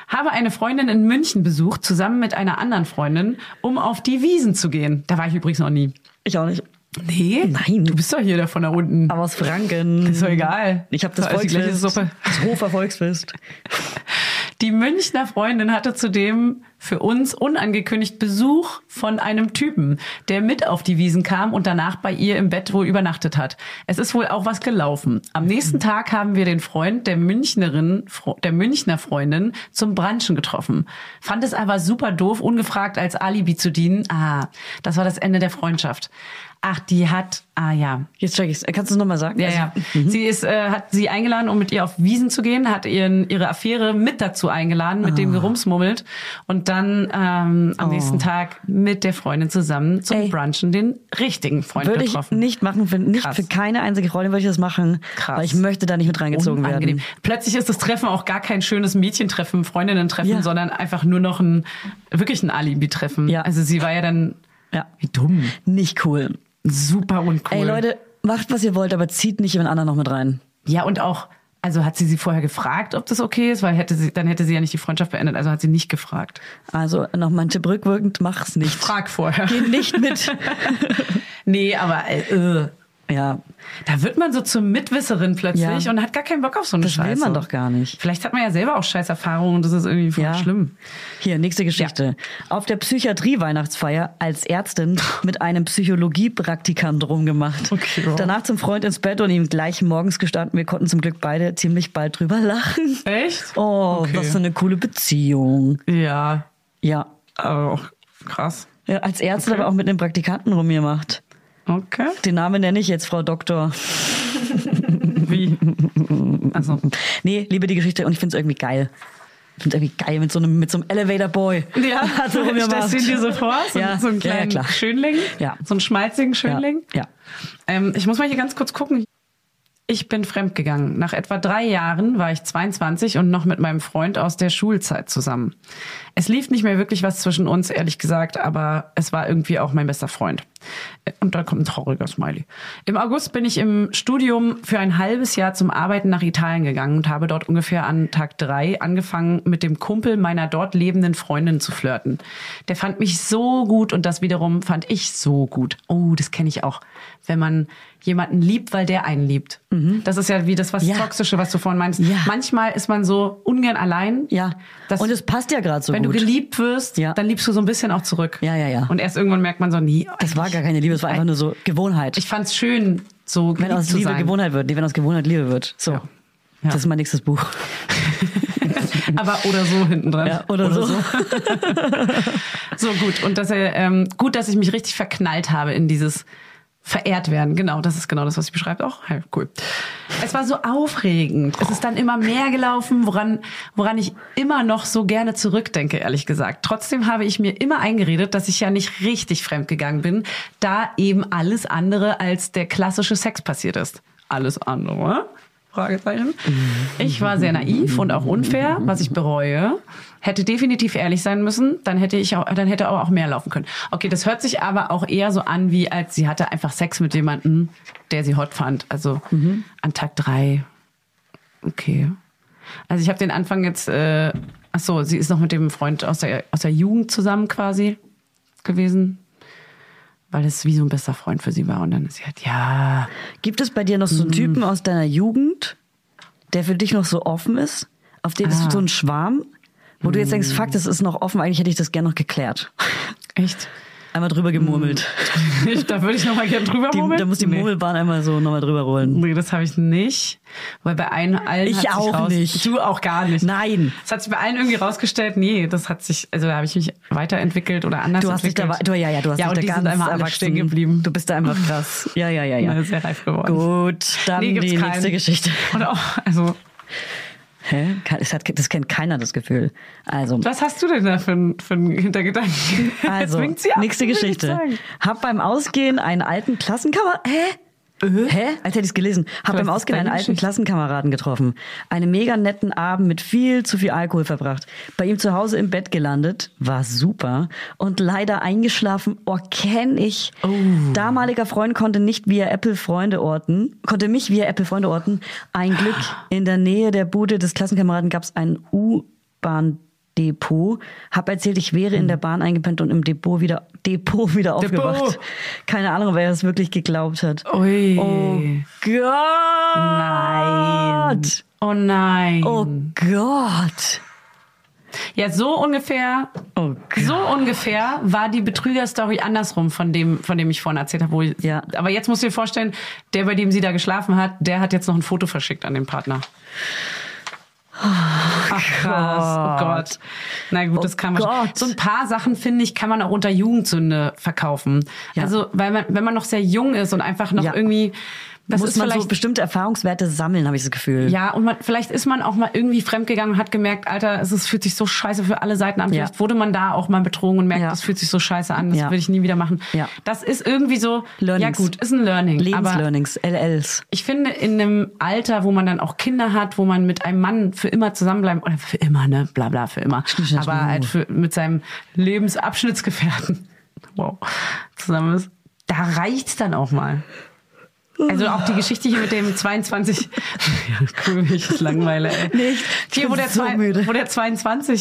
Habe eine Freundin in München besucht, zusammen mit einer anderen Freundin, um auf die Wiesen zu gehen. Da war ich übrigens noch nie.
Ich auch nicht.
Nee?
Nein.
Du bist doch hier der von da unten.
Aber aus Franken.
Ist doch egal.
Ich habe das
Ist doch alles die gleiche
Volksfest.
Suppe.
Das Hofer Volksfest.
Die Münchner Freundin hatte zudem für uns unangekündigt Besuch von einem Typen, der mit auf die Wiesen kam und danach bei ihr im Bett wohl übernachtet hat. Es ist wohl auch was gelaufen. Am nächsten Tag haben wir den Freund der Münchnerin, Fro- der Münchner Freundin zum Branchen getroffen. Fand es aber super doof, ungefragt als Alibi zu dienen. Ah, das war das Ende der Freundschaft. Ach, die hat, ah ja,
Jetzt check ich's. Kannst du es nochmal sagen?
ja, ja.
mhm.
Sie ist, äh, hat sie eingeladen, um mit ihr auf Wiesen zu gehen, hat ihren, ihre Affäre mit dazu eingeladen, mit
Ah.
dem gerumsmummelt und dann ähm, am nächsten Tag mit der Freundin zusammen zum
Oh. Ey.
Brunchen den richtigen Freund
Würde ich
getroffen.
nicht machen, für, nicht
Krass.
für keine einzige Rolle würde ich das machen,
Krass.
weil ich möchte da nicht mit reingezogen
Unangenehm.
werden.
Plötzlich ist das Treffen auch gar kein schönes Mädchentreffen, Freundinnen-Treffen,
Ja.
sondern einfach nur noch ein, wirklich ein Alibi-Treffen.
Ja.
Also sie war ja dann,
Ja.
wie dumm,
Nicht cool.
super uncool.
Ey Leute, macht was ihr wollt, aber zieht nicht jemand anderen noch mit rein.
Ja, und auch, also hat sie sie vorher gefragt, ob das okay ist, weil hätte sie, dann hätte sie ja nicht die Freundschaft beendet, also hat sie nicht gefragt.
Also nochmal ein Tipp rückwirkend, mach's nicht.
Frag vorher.
Geh nicht mit.
nee, aber äh, äh,
ja,
da wird man so zur Mitwisserin plötzlich
Ja.
und hat gar keinen Bock auf so eine
Das will
Scheiße.
man doch gar nicht.
Vielleicht hat man ja selber auch Scheißerfahrungen und das ist irgendwie voll
ja.
schlimm.
Hier, nächste Geschichte. Auf der Psychiatrie-Weihnachtsfeier als Ärztin mit einem Psychologiepraktikant rumgemacht.
Okay, wow.
Danach zum Freund ins Bett und ihm gleich morgens gestanden. Wir konnten zum Glück beide ziemlich bald drüber lachen.
Echt?
Oh,
Okay.
was für eine coole Beziehung.
Ja,
Ja.
aber auch krass.
ja als Ärztin aber auch mit einem Praktikanten rumgemacht.
Okay.
Den Namen nenne ich jetzt Frau Doktor.
Wie? Also,
Nee, liebe die Geschichte und ich finde es irgendwie geil. Ich finde irgendwie geil mit so einem, mit so einem Elevator Boy.
ja,
Hat so rumgemacht.
stellst du ihn dir so vor? So,
ja,
so einen
ja, ja,
kleinen
klar.
Schönling?
Ja.
So einen schmalzigen Schönling?
Ja, ja.
Ähm, ich muss mal hier ganz kurz gucken. Ich bin fremdgegangen. Nach etwa drei Jahren war ich 22 und noch mit meinem Freund aus der Schulzeit zusammen. Es lief nicht mehr wirklich was zwischen uns, ehrlich gesagt, aber es war irgendwie auch mein bester Freund. Äh, Und dann kommt ein trauriger Smiley. Im August bin ich im Studium für ein halbes Jahr zum Arbeiten nach Italien gegangen und habe dort ungefähr an Tag drei angefangen, mit dem Kumpel meiner dort lebenden Freundin zu flirten. Der fand mich so gut und das wiederum fand ich so gut. Oh, das kenne ich auch. Wenn man jemanden liebt, weil der einen liebt. Das ist ja wie das was
Mhm. Ja.
Toxische, was du vorhin meinst.
Ja.
Manchmal ist man so ungern allein.
Ja.
dass-
und es passt ja gerade so
wenn
gut.
du geliebt wirst,
Ja.
dann liebst du so ein bisschen auch zurück.
Ja, ja, ja.
Und erst irgendwann merkt man so, nee,
das war gar keine Liebe, es war einfach nur so Gewohnheit.
ich fand's schön, so
wenn
geliebt
aus
zu
Liebe
sein.
Gewohnheit wird, nee, wenn aus Gewohnheit Liebe wird. So.
Ja. Ja.
Das ist mein nächstes Buch.
Aber oder so hinten dran.
Ja, oder, so.
So gut. Und dass er, ähm, gut, dass ich mich richtig verknallt habe in dieses verehrt werden. Genau, das ist genau das, was ich beschreibt. Auch hey, cool. Es war so aufregend. Es ist dann immer mehr gelaufen, woran, woran ich immer noch so gerne zurückdenke, ehrlich gesagt. Trotzdem habe ich mir immer eingeredet, dass ich ja nicht richtig fremdgegangen bin, da eben alles andere als der klassische Sex passiert ist. Alles andere? Fragezeichen. Ich war sehr naiv und auch unfair, was ich bereue. Hätte definitiv ehrlich sein müssen, dann hätte ich auch, dann hätte aber auch mehr laufen können. Okay, das hört sich aber auch eher so an, wie als sie hatte einfach Sex mit jemandem, der sie hot fand. Also an Tag drei. Okay. Also ich habe den Anfang jetzt, äh, ach so, sie ist noch mit dem Freund aus der, aus der Jugend zusammen quasi gewesen. Weil es wie so ein bester Freund für sie war. Und dann ist sie halt, ja,
Gibt es bei dir noch so
Mhm.
einen Typen aus
Ah.
deiner Jugend, der für dich noch so offen ist? Auf den ist so ein Schwarm? Wo du jetzt denkst, fuck,
Mhm.
das ist noch offen, eigentlich hätte ich das gerne noch geklärt.
Echt?
Einmal drüber gemurmelt.
Ich, da würde ich nochmal gerne drüber
Die,
murmeln.
da muss die
Mhm. Nee.
Murmelbahn einmal so nochmal drüber rollen.
Nee, das habe ich nicht. Weil bei allen, allen
Ich
hat sich
auch
raus,
nicht.
Du auch gar nicht.
Nein.
Das hat sich bei allen irgendwie rausgestellt. Nee, das hat sich, also da habe ich mich weiterentwickelt oder anders
Du hast dich da,
entwickelt.
du, ja, ja, du hast
ja, und
dich
die
da ganz
sind einmal alle
erwachsen.
stehen geblieben.
Du bist da einfach krass. Ja, ja, ja, ja.
Na, sehr reif geworden.
Gut, dann
Nee, gibt's
die
keinen.
nächste Geschichte.
Und auch, also,
Hä? Ke- Das, hat, das kennt keiner das Gefühl. Also,
was hast du denn da für, einen- für einen Hintergedanken? Jetzt
also
winkt sie ab,
nächste
will ich
Geschichte.
sagen.
Hab beim Ausgehen einen alten Klassenkameraden. Hä? Hä? Als hätte ich es gelesen. Hab
Äh? Vielleicht
beim
ist
Ausgehen
deine
einen alten
Geschichte.
Klassenkameraden getroffen. Einen mega netten Abend mit viel zu viel Alkohol verbracht. Bei ihm zu Hause im Bett gelandet. War super. Und leider eingeschlafen. Oh, kenn ich.
Oh.
Damaliger Freund konnte nicht via Apple Freunde orten. Konnte mich via Apple Freunde orten. Ein Glück. In der Nähe der Bude des Klassenkameraden gab es einen U-Bahn Depot. Hab erzählt, ich wäre in der Bahn eingepennt und im Depot wieder Hm. Depot wieder aufgewacht. Keine Ahnung, wer es wirklich geglaubt hat.
Ui.
Oh Gott!
Nein. Oh nein.
Oh Gott!
Ja, so ungefähr,
Oh Gott!
so ungefähr war die Betrüger-Story andersrum von dem, von dem ich vorhin erzählt habe. Wo ich,
Ja.
Aber jetzt musst du dir vorstellen, der, bei dem sie da geschlafen hat, der hat jetzt noch ein Foto verschickt an den Partner.
Oh
Ach krass, oh Gott. Na gut, das kann man.
Oh Gott.
So ein paar Sachen, finde ich, kann man auch unter Jugendsünde verkaufen.
Ja.
Also, weil man, wenn man noch sehr jung ist und einfach noch
Ja.
irgendwie, das
Muss
ist
man
vielleicht
so bestimmte Erfahrungswerte sammeln, habe ich das Gefühl.
ja, und man, vielleicht ist man auch mal irgendwie fremdgegangen und hat gemerkt, Alter, es ist, fühlt sich so scheiße für alle Seiten an.
Ja.
Vielleicht wurde man da auch mal betrogen und merkt,
Ja.
das fühlt sich so scheiße an, das
Ja.
würde ich nie wieder machen.
Ja.
Das ist irgendwie so, ja
Learnings.
gut, ist ein Learning. Aber
Lebenslearnings, LLs.
ich finde, in einem Alter, wo man dann auch Kinder hat, wo man mit einem Mann für immer zusammenbleiben, oder für immer, ne, bla bla, für immer,
schnipp,
aber
schnuh.
halt für, mit seinem Lebensabschnittsgefährten, wow, zusammen ist, da reicht's dann auch mal. Also auch die Geschichte hier mit dem 22, ja, cool, ich langweile, ey.
Nicht.
Hier, wo
Ich bin
der,
so
zwei-
müde.
wo der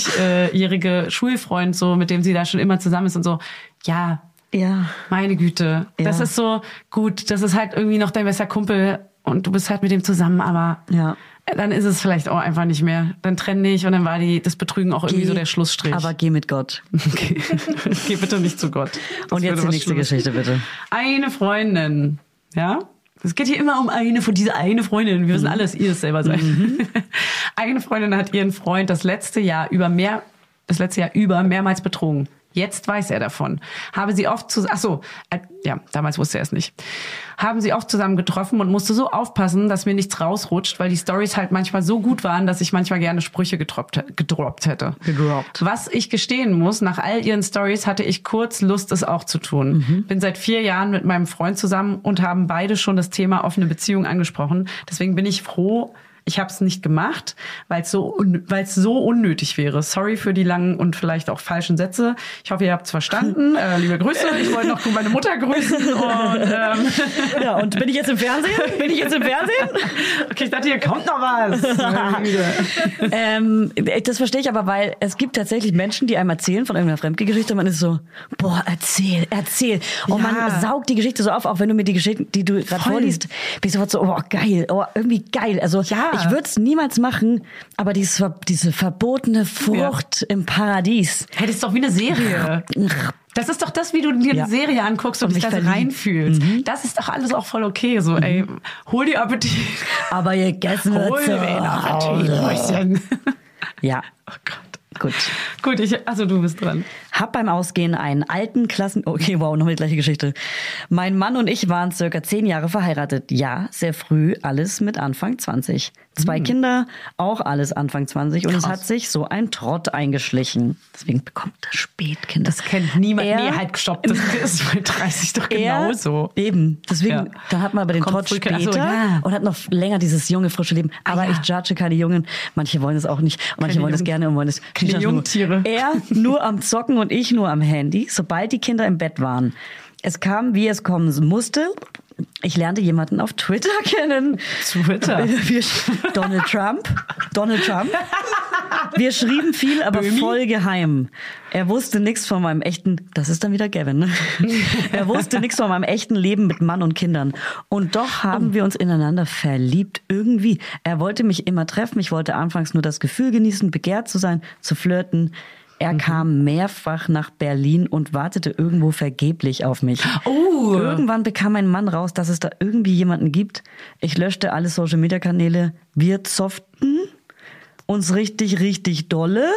22-jährige Schulfreund, so, mit dem sie da schon immer zusammen ist und so, ja,
Ja.
meine Güte.
Ja.
Das ist so gut, das ist halt irgendwie noch dein bester Kumpel und du bist halt mit dem zusammen, aber
Ja.
dann ist es vielleicht auch einfach nicht mehr. Dann trenn dich und dann war die, das Betrügen auch irgendwie so der Schlussstrich.
Aber geh mit Gott.
okay. geh bitte nicht zu Gott. Das
Und
würde
jetzt die
was
nächste
Schlimmes.
Geschichte, bitte.
Eine Freundin, ja? Es geht hier immer um eine von dieser eine Freundin.
Mhm.
Wir wissen alle, dass ihr es selber seid. eine Freundin hat ihren Freund das letzte Jahr über mehr, das letzte Jahr über mehrmals betrogen. Jetzt weiß er davon. Habe sie oft zu, ach so, äh, ja, damals wusste er es nicht. Haben sie oft zusammen getroffen und musste so aufpassen, dass mir nichts rausrutscht, weil die Stories halt manchmal so gut waren, dass ich manchmal gerne Sprüche getroppt, gedroppt hätte.
Gedroppt.
Was ich gestehen muss, nach all ihren Stories hatte ich kurz Lust, es auch zu tun. Bin seit vier Jahren mit meinem Freund zusammen und haben beide schon das Thema offene Beziehung angesprochen. Deswegen bin ich froh, ich habe es nicht gemacht, weil es so, un weil's so unnötig wäre. Sorry für die langen und vielleicht auch falschen Sätze. Ich hoffe, ihr habt's verstanden. Äh, liebe Grüße. Ich wollte noch meine Mutter grüßen. Und, ähm,
Ja, und bin ich jetzt im Fernsehen? Bin ich jetzt im Fernsehen?
okay, ich dachte, hier kommt noch was. Meine Güte.
ähm, das verstehe ich aber, weil es gibt tatsächlich Menschen, die einem erzählen von irgendeiner Fremdgeschichte und man ist so, boah, erzähl, erzähl. Und
Ja.
man saugt die Geschichte so auf, auch wenn du mir die Geschichten, die du gerade
Voll.
vorliest, bist sofort so, oh geil, oh irgendwie geil. Also
Ja.
ich würde es niemals machen, aber dieses, Ver- diese verbotene Frucht im Paradies.
Hey, das ist doch wie eine Serie. Das ist doch das, wie du dir
Ja.
eine Serie anguckst und,
Und
dich da
mich Mhm.
so
verlieben.
reinfühlst. Das ist doch alles auch voll okay. So, ey,
Mhm.
hol dir Appetit.
Aber gegessen
Hol
wird
dir den Appetit, Mäuschen.
Ja,
Oh Gott.
gut.
Gut, ich, also du bist dran.
Hab beim Ausgehen einen alten Klassen... Okay, wow, nochmal die gleiche Geschichte. Mein Mann und ich waren circa zehn Jahre verheiratet. Ja, sehr früh, alles mit Anfang 20. Zwei
Hm.
Kinder, auch alles Anfang 20. Und es hat sich so ein Trott eingeschlichen. Deswegen bekommt er Spätkind.
Das kennt niemand.
Er-
nee, halt gestoppt. Das ist bei 30 doch genauso.
Eben, deswegen,
Ja.
dann hat man aber den
Kommt
Trotz
frühkindlich-
später
Ach so, ja. Ah,
und hat noch länger dieses junge, frische Leben. Aber
ja.
ich judge keine Jungen. Manche wollen es auch nicht. Und manche
Keine
wollen es
Jungen-
gerne und wollen es
keine
Schnurr.
Jungtiere.
Er nur am Zocken und ich nur am Handy, sobald die Kinder im Bett waren. Es kam, wie es kommen musste. Ich lernte jemanden auf Twitter kennen.
Twitter?
Wir- Donald Trump. Donald Trump. Wir schrieben viel, aber voll geheim. Er wusste nichts von meinem echten, das ist dann wieder Gavin. ne? Er wusste nichts von meinem echten Leben mit Mann und Kindern. Und doch haben wir uns ineinander verliebt, irgendwie. Er wollte mich immer treffen. Ich wollte anfangs nur das Gefühl genießen, begehrt zu sein, zu flirten. Er kam mehrfach nach Berlin und wartete irgendwo vergeblich auf mich.
Oh.
Irgendwann bekam ein Mann raus, dass es da irgendwie jemanden gibt. Ich löschte alle Social Media Kanäle. Wir zoften uns richtig, richtig dolle.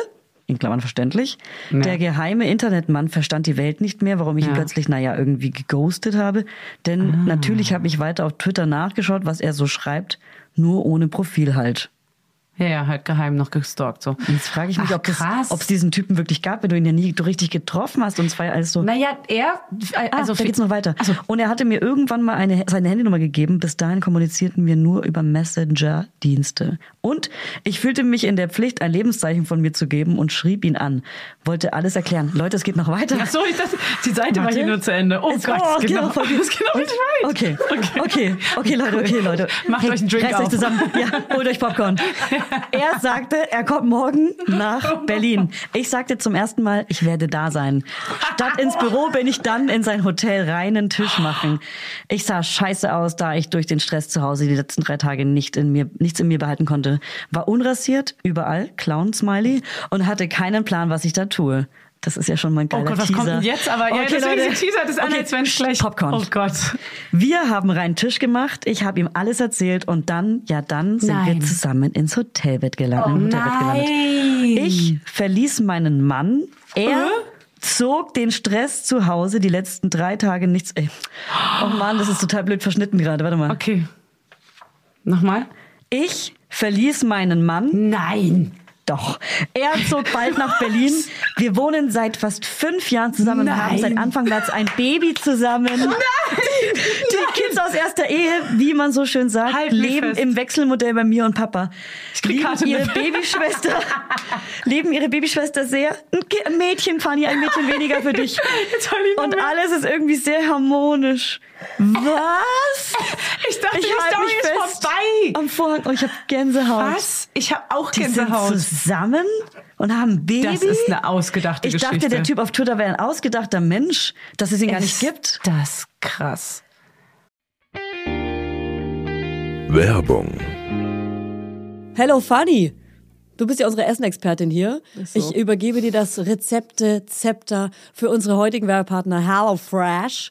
In Klammern verständlich. Der geheime Internetmann verstand die Welt nicht mehr, warum ich ihn
Ja. Ah.
plötzlich, naja, irgendwie geghostet habe. Denn natürlich habe ich weiter auf Twitter nachgeschaut, was er so schreibt, nur ohne Profil halt.
Ja, ja, halt geheim noch gestalkt. So.
Jetzt frage ich mich,
Ach,
ob das-
krass.
ob es diesen Typen wirklich gab, wenn du ihn ja nie richtig getroffen hast. Und es war ja alles so.
Naja, er. Also
Also da geht's noch weiter. Und er hatte mir irgendwann mal eine, seine Handynummer gegeben. Bis dahin kommunizierten wir nur über Messenger-Dienste. Und ich fühlte mich in der Pflicht, ein Lebenszeichen von mir zu geben und schrieb ihn an. Wollte alles erklären. Leute, es geht noch weiter.
Ach so, ich dachte, die Seite war
Warte.
hier nur zu Ende. Oh
Es-
Gott,
oh,
es
genau.
geht noch,
voll gut.
es geht noch nicht weit.
Okay, okay, okay, Leute, okay, Leute.
Macht euch einen Drink
reißt
auf.
euch zusammen. Ja, holt euch Popcorn. Er sagte, er kommt morgen nach Berlin. Ich sagte zum ersten Mal, ich werde da sein. Statt ins Büro bin ich dann in sein Hotel reinen Tisch machen. Ich sah scheiße aus, da ich durch den Stress zu Hause die letzten drei Tage nicht in mir, nichts in mir behalten konnte. War unrasiert, überall, Clown-Smiley und hatte keinen Plan, was ich da tue. Das ist ja schon mein
Oh
geiler
Gott, was
Teaser.
kommt denn jetzt? Aber ja, deswegen ist der Teaser das an,
Okay,
als wenn es schlecht.
Popcorn.
Oh Gott.
Wir haben reinen Tisch gemacht, ich habe ihm alles erzählt und dann, ja dann, sind
Nein. Oh,
wir zusammen ins Hotelbett gelandet. im Hotelbett
nein. Äh?
gelandet. Ich verließ meinen Mann, er zog den Stress zu Hause die letzten drei Tage nichts. Ey. Oh Mann, das ist total blöd verschnitten gerade, warte mal.
Okay. Nochmal?
Ich verließ meinen Mann,
Nein.
Doch. Er zog bald nach Berlin. Wir wohnen seit fast fünf Jahren zusammen und haben
Nein.
seit Anfang März ein Baby zusammen. Nein! Die Kids aus erster Ehe, wie man so schön sagt,
Halt mich
leben
fest.
im Wechselmodell bei mir und Papa.
krieg
lieben
Karte
ihre
mit.
Babyschwester, leben ihre Babyschwester sehr. Ein Ki- Ein Mädchen, Fanny, ein Mädchen weniger für dich.
Jetzt hol ich noch
Und
mehr.
alles ist irgendwie sehr harmonisch. Was?
Ich dachte, die
halt
Story
mich
ist
fest
vorbei.
Am Vorhang. Oh, ich habe Gänsehaut.
Was? Ich habe auch
Die sind
Gänsehaut.
zusammen und haben ein Baby.
Das ist eine ausgedachte
ich
Geschichte.
dachte, der Typ auf Twitter wäre ein ausgedachter Mensch, dass es ihn gar nicht
Ist
gibt.
Das krass.
Werbung,
Hello Funny. Du bist ja unsere Essenexpertin hier. Ich übergebe dir das Rezepte-Zepter für unsere heutigen Werbepartner HelloFresh.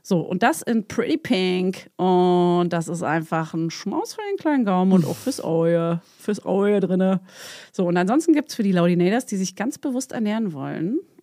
So, und das in Pretty Pink. Und das ist einfach ein Schmaus für den kleinen Gaumen und auch fürs Auge. Fürs Auge drinne. So, und ansonsten gibt es für die Laudinators, die sich ganz bewusst ernähren wollen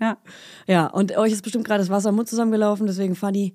Ja.
Ja, und euch ist bestimmt gerade das Wasser im Mund zusammengelaufen, deswegen Fanny,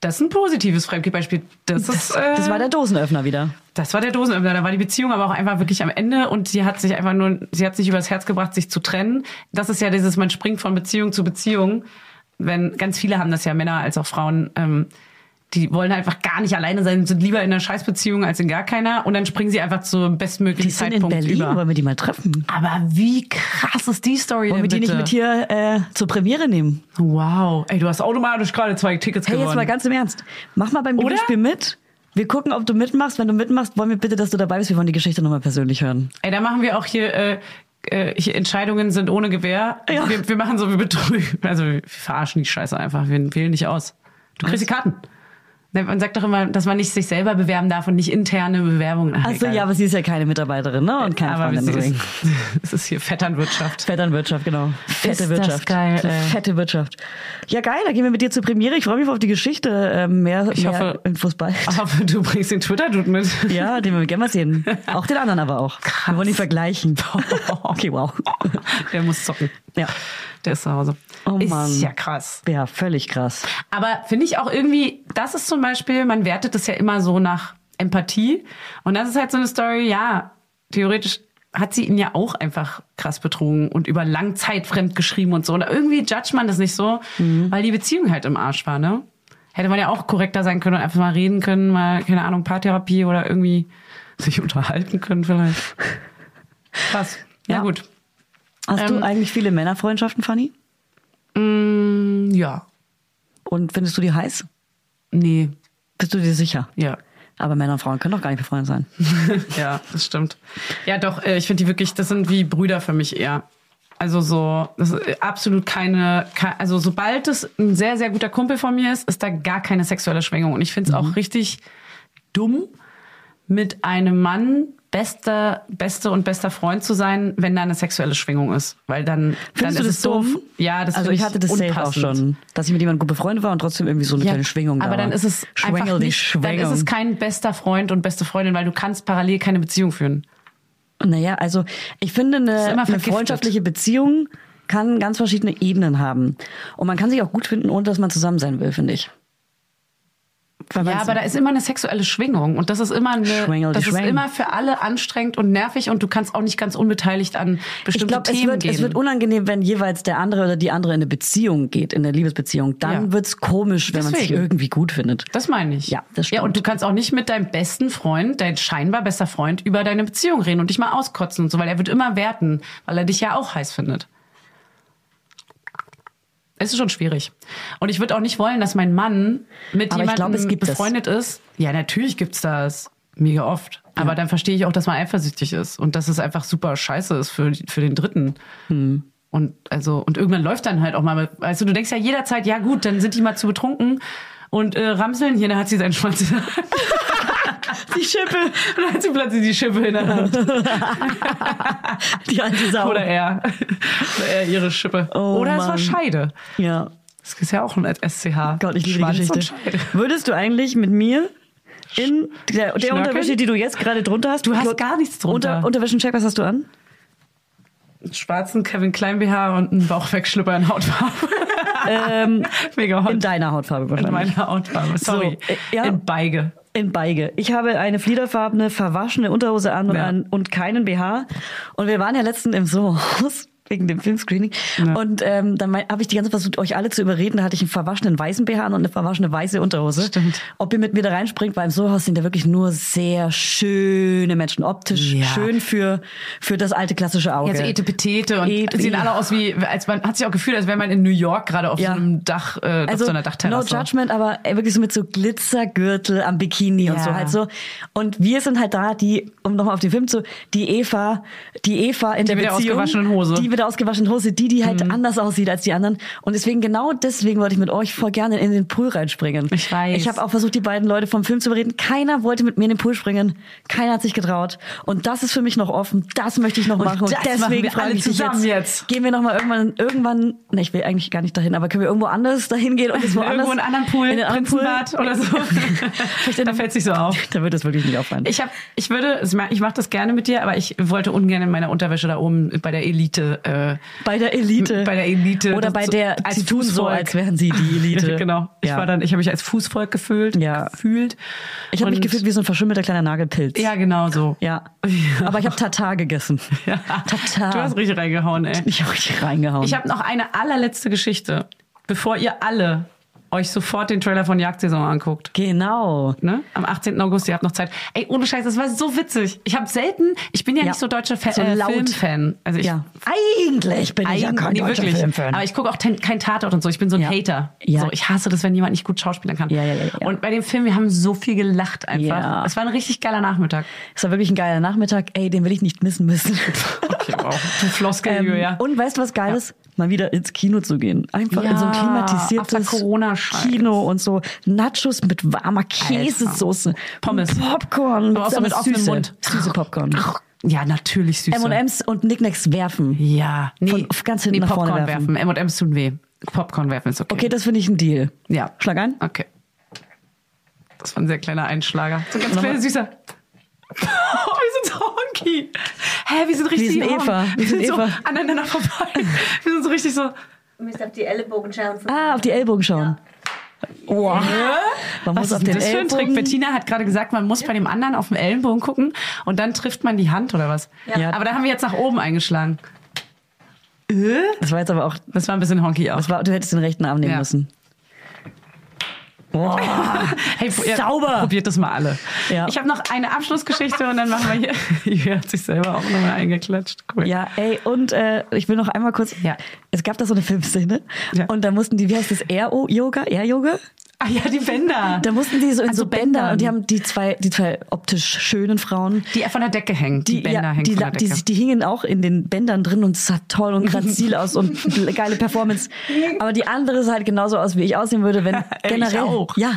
Das ist ein positives Fremdgehbeispiel. Das, ist, äh,
Das war der Dosenöffner
Äh,
wieder.
das war der Dosenöffner. Da war die Beziehung aber auch einfach wirklich am Ende und sie hat sich einfach nur, sie hat sich übers Herz gebracht, sich zu trennen. Das ist ja dieses, man springt von Beziehung zu Beziehung. Wenn ganz viele haben das ja, Männer als auch Frauen, ähm, die wollen einfach gar nicht alleine sein, sind lieber in einer Scheißbeziehung als in gar keiner und dann springen sie einfach zum bestmöglichen
Die sind in
Zeitpunkt
Berlin,
über.
wollen wir die mal treffen?
Aber wie krass ist die Story
Wollen
denn
wir die
bitte?
nicht mit hier äh, zur Premiere nehmen?
Wow, ey, du hast automatisch gerade zwei Tickets
Hey,
gewonnen.
jetzt mal ganz im Ernst. Mach mal beim
Oder?
Gewinnspiel mit. Wir gucken, ob du mitmachst. Wenn du mitmachst, wollen wir bitte, dass du dabei bist. Wir wollen die Geschichte nochmal persönlich hören.
Ey, da machen wir auch hier, äh, äh, hier Entscheidungen sind ohne Gewehr.
Ja.
Wir, wir machen so, wir betrügen. Also wir verarschen die Scheiße einfach. Wir wählen nicht aus. Du kriegst die Karten. Ne, Man sagt doch immer, dass man nicht sich selber bewerben darf und nicht interne Bewerbungen. Ach,
Achso,
egal.
ja, aber sie ist ja keine Mitarbeiterin, ne? Und keine
aber
Freundin.
es
deswegen.
ist, es ist hier Vetternwirtschaft.
Vetternwirtschaft, genau. Fette
das
Wirtschaft. Äh,
geil, ey.
Fette Wirtschaft. Ja, geil, da gehen wir mit dir zur Premiere. Ich freue mich auf die Geschichte. Ähm, Mehr,
Ich
mehr
hoffe-
Infos bald.
Ich hoffe, du bringst den Twitter-Dude mit.
Ja, den wir gerne mal sehen. Auch den anderen aber auch.
Krass.
Wir wollen ihn vergleichen. Okay, wow.
Der muss zocken.
Ja.
Der ist zu Hause.
Oh Mann.
Ist ja krass.
Ja, völlig krass.
Aber finde ich auch irgendwie, das ist zum Beispiel, man wertet es ja immer so nach Empathie. Und das ist halt so eine Story, ja, theoretisch hat sie ihn ja auch einfach krass betrogen und über lange Zeit fremd geschrieben und so. Und irgendwie judgt man das nicht so, weil die Beziehung halt im Arsch war, ne? Hätte man ja auch korrekter sein können und einfach mal reden können, mal, keine Ahnung, Paartherapie oder irgendwie sich unterhalten können vielleicht. Krass.
Ja.
Na gut.
Hast
Ähm,
du eigentlich viele Männerfreundschaften, Fanny?
Mm, Ja.
Und findest du die heiß?
Nee.
Bist du dir sicher?
Ja.
Aber Männer und Frauen können doch gar nicht befreundet sein.
ja, das stimmt. Ja, doch, äh, ich finde die wirklich, das sind wie Brüder für mich eher. Also so, das ist absolut keine, ke- also sobald es ein sehr, sehr guter Kumpel von mir ist, ist da gar keine sexuelle Schwingung. Und ich
Mhm.
finde es auch richtig dumm, mit einem Mann bester, beste und bester Freund zu sein, wenn da eine sexuelle Schwingung ist. Weil dann, dann ist
Findest du
es
das doof?
doof. Ja, das
also
find
ich hatte das safe auch
unpassend.
schon, dass ich mit jemandem gut befreundet war und trotzdem irgendwie so eine
Ja,
kleine Schwingung
Aber
da
dann
war.
ist es
Schwängel
einfach
die
nicht, dann ist
Schwingung.
es kein bester Freund und beste Freundin, weil du kannst parallel keine Beziehung führen.
Naja, also ich finde,
Ist
eine,
immer
eine
vergiftet.
freundschaftliche Beziehung kann ganz verschiedene Ebenen haben. Und man kann sich auch gut finden, ohne dass man zusammen sein will, finde ich. Weil
Ja,
man's-
aber da ist immer eine sexuelle Schwingung und das ist immer eine,
Schwingel die
das ist
Schwing.
immer für alle anstrengend und nervig und du kannst auch nicht ganz unbeteiligt an bestimmte
ich glaube, es
Themen
wird,
gehen.
es wird unangenehm, wenn jeweils der andere oder die andere in eine Beziehung geht, in eine Liebesbeziehung. Dann
Ja.
wird's komisch, wenn man sich
Deswegen.
irgendwie gut findet.
das meine ich.
Ja, das
Ja, und du
stimmt.
kannst auch nicht mit deinem besten Freund, dein scheinbar bester Freund, über deine Beziehung reden und dich mal auskotzen und so, weil er wird immer werten, weil er dich ja auch heiß findet. Es ist schon schwierig. Und ich würde auch nicht wollen, dass mein Mann mit
Aber ich
jemandem
glaub, es gibt es.
befreundet ist. Ja, natürlich gibt's das. Mega oft. Aber dann verstehe ich auch, dass man eifersüchtig ist und dass es einfach super scheiße ist für, für den Dritten.
Hm.
Und also, und irgendwann läuft dann halt auch mal, also du denkst ja jederzeit, ja gut, dann sind die mal zu betrunken und äh, ramseln hier, dann hat sie seinen Schwanz in der Hand.
Die Schippe,
Und dann hat sie plötzlich die Schippe in der Hand.
die alte Sau.
Oder er. Oder er ihre Schippe.
Oh,
Oder es war
Mann.
Scheide.
ja.
Das ist ja auch ein SCH.
Gott, ich liebe
Schwanz
die
und
Geschichte.
Scheide.
Würdest du eigentlich mit mir in der, der
Schnörkeln?
Unterwäsche, die du jetzt gerade drunter hast,
Du hast gar nichts drunter.
Unter, Unterwäschencheck, was hast du an?
Einen schwarzen Kevin Klein BH und einen Bauchwegschlüpper in Hautfarbe.
Ähm,
Mega hot.
in deiner Hautfarbe
in
wahrscheinlich.
meiner Hautfarbe. Sorry.
So, äh, ja.
In Beige.
In Beige. Ich habe eine fliederfarbene, verwaschene Unterhose an und,
Ja.
an und keinen BH. Und wir waren ja letztens im Sohaus wegen dem Filmscreening. Und ähm, dann habe ich die ganze Zeit versucht, euch alle zu überreden. Da hatte ich einen verwaschenen weißen BH an und eine verwaschene weiße Unterhose.
Stimmt.
Ob ihr mit mir da reinspringt, weil im Sohaus sind ja wirklich nur sehr schöne Menschen. Optisch
Ja.
schön für, für das alte klassische Auge.
Ja, so Etepetete und
Et-
sehen
ja.
alle aus wie, als man hat sich auch gefühlt, als wäre man in New York gerade auf
Ja. Also,
so einem Dach, äh, auf so einer Dachterrasse.
No judgment, aber ey, wirklich so mit so Glitzergürtel am Bikini und
Ja.
so halt so. Und wir sind halt da, die, um nochmal auf den Film zu, die Eva, die Eva in der
mit der
Beziehung.
ausgewaschenen Hose. Mhm.
Die mit der ausgewaschenen Hose, die, die halt anders aussieht als die anderen. Und deswegen, genau deswegen wollte ich mit euch voll gerne in den Pool reinspringen.
Ich weiß.
Ich habe auch versucht, die beiden Leute vom Film zu überreden. Keiner wollte mit mir in den Pool springen. Keiner hat sich getraut. Und das ist für mich noch offen. Das möchte ich noch
Und
machen.
das machen wir
frage
alle
ich dich
zusammen jetzt.
Gehen wir nochmal irgendwann, irgendwann, ne, ich will eigentlich gar nicht dahin, aber können wir irgendwo anders dahin gehen und jetzt woanders?
Irgendwo in einem anderen Pool,
in einen anderen Pool?
Prinzenbad oder so.
Vielleicht in
da
einem-
fällt sich so auf.
Da wird es wirklich nicht auffallen.
Ich hab, ich würde, ich mache das gerne mit dir, aber ich wollte ungern in meiner Unterwäsche da oben bei der Elite. Äh,
bei der Elite.
Bei der Elite.
Oder
das
bei
so-
der, sie tun so,
Fußvolk.
als wären sie die Elite.
genau. Ich
Ja.
war dann, ich habe mich als Fußvolk gefühlt.
Ja.
Gefühlt.
ich habe mich
Und-
gefühlt wie so ein verschimmelter kleiner Nagelpilz.
Ja, genau so.
Ja. Aber ich habe Tatar gegessen.
Ja.
Tatar.
Du hast richtig reingehauen, ey.
Ich habe richtig reingehauen.
Ich habe noch eine allerletzte Geschichte, bevor ihr alle euch sofort den Trailer von Jagdsaison anguckt.
genau.
Ne? Am 18. August, ihr habt noch Zeit. Ey, ohne Scheiß, das war so witzig. Ich habe selten, ich bin ja,
Ja.
nicht so deutscher Fa
So
äh,
laut.
Filmfan. Also ich
ja. Eigentlich bin ich ja
Eigen-
kein
nee,
deutscher
wirklich.
Filmfan.
Aber ich gucke auch ten, kein Tatort und so. Ich bin so ein
Ja.
Hater.
Ja.
So, ich hasse das, wenn jemand nicht gut schauspielern kann.
Ja, ja, ja, ja.
Und bei dem Film, wir haben so viel gelacht einfach.
Ja.
Es war ein richtig geiler Nachmittag.
Es war wirklich ein geiler Nachmittag. Ey, den will ich nicht missen müssen. Ähm,
Okay, wow. Du Floskel, Julia.
Und weißt du was Geiles? Mal wieder ins Kino zu gehen. Einfach in so ein
Ja, after
klimatisiertes
Corona-Scheiß.
Kino und so Nachos mit warmer Käsesoße.
Pommes.
Popcorn.
Aber auch so
aber
mit offenem
süße,
Mund.
Süße Popcorn.
Ja, natürlich süß.
M&M's und Nicknacks werfen.
Ja, nee,
Von- ganz
nee,
hinten nach
Popcorn
vorne werfen.
werfen. M&M's tun weh. Popcorn werfen ist okay.
Okay, das finde ich ein Deal.
Ja.
Schlag ein.
Okay. Das war ein sehr kleiner Einschlager. So ein ganz kleiner, süßer. Oh, wir sind honky. Hä, wir sind richtig
sind
honk.
Eva.
Wir sind, so
Eva.
aneinander vorbei. Wir sind so richtig so.
Ihr müsst auf die Ellenbogen schauen.
Ah, auf die Ellbogen schauen. Oh. Man muss
Was
auf
ist denn
den
das für ein Trick?
Ellbogen.
Bettina hat gerade gesagt, man muss bei dem anderen auf den Ellenbogen gucken und dann trifft man die Hand oder was.
Ja.
Aber da haben wir jetzt nach oben eingeschlagen.
Das war jetzt aber auch,
Das war ein bisschen honky auch.
das war, du hättest den rechten Arm nehmen
Ja. Oh.
müssen. Boah.
Hey, pro- ihr-
Sauber.
Probiert das mal alle.
Ja.
Ich habe noch eine Abschlussgeschichte und dann machen wir hier. Hier hat sich selber auch nochmal eingeklatscht. Cool.
Ja, ey, und äh, ich will noch einmal kurz.
Ja.
Es gab da so eine Filmszene
Ja.
und da mussten die, wie heißt das, Air-Yoga? Air-Yoga?
Ah ja, die Bänder.
Da mussten die so in
Also
so Bänder
Bändern.
und die haben die zwei, die zwei optisch schönen Frauen.
die von der Decke hängen. Die, Bänder
ja,
hängen
die,
von der
die,
Decke.
die, hingen auch in den Bändern drin und es sah toll und grazil aus und geile Performance. Aber die andere sah halt genauso aus, wie ich Oh aussehen würde, wenn
ich
generell.
auch.
Ja.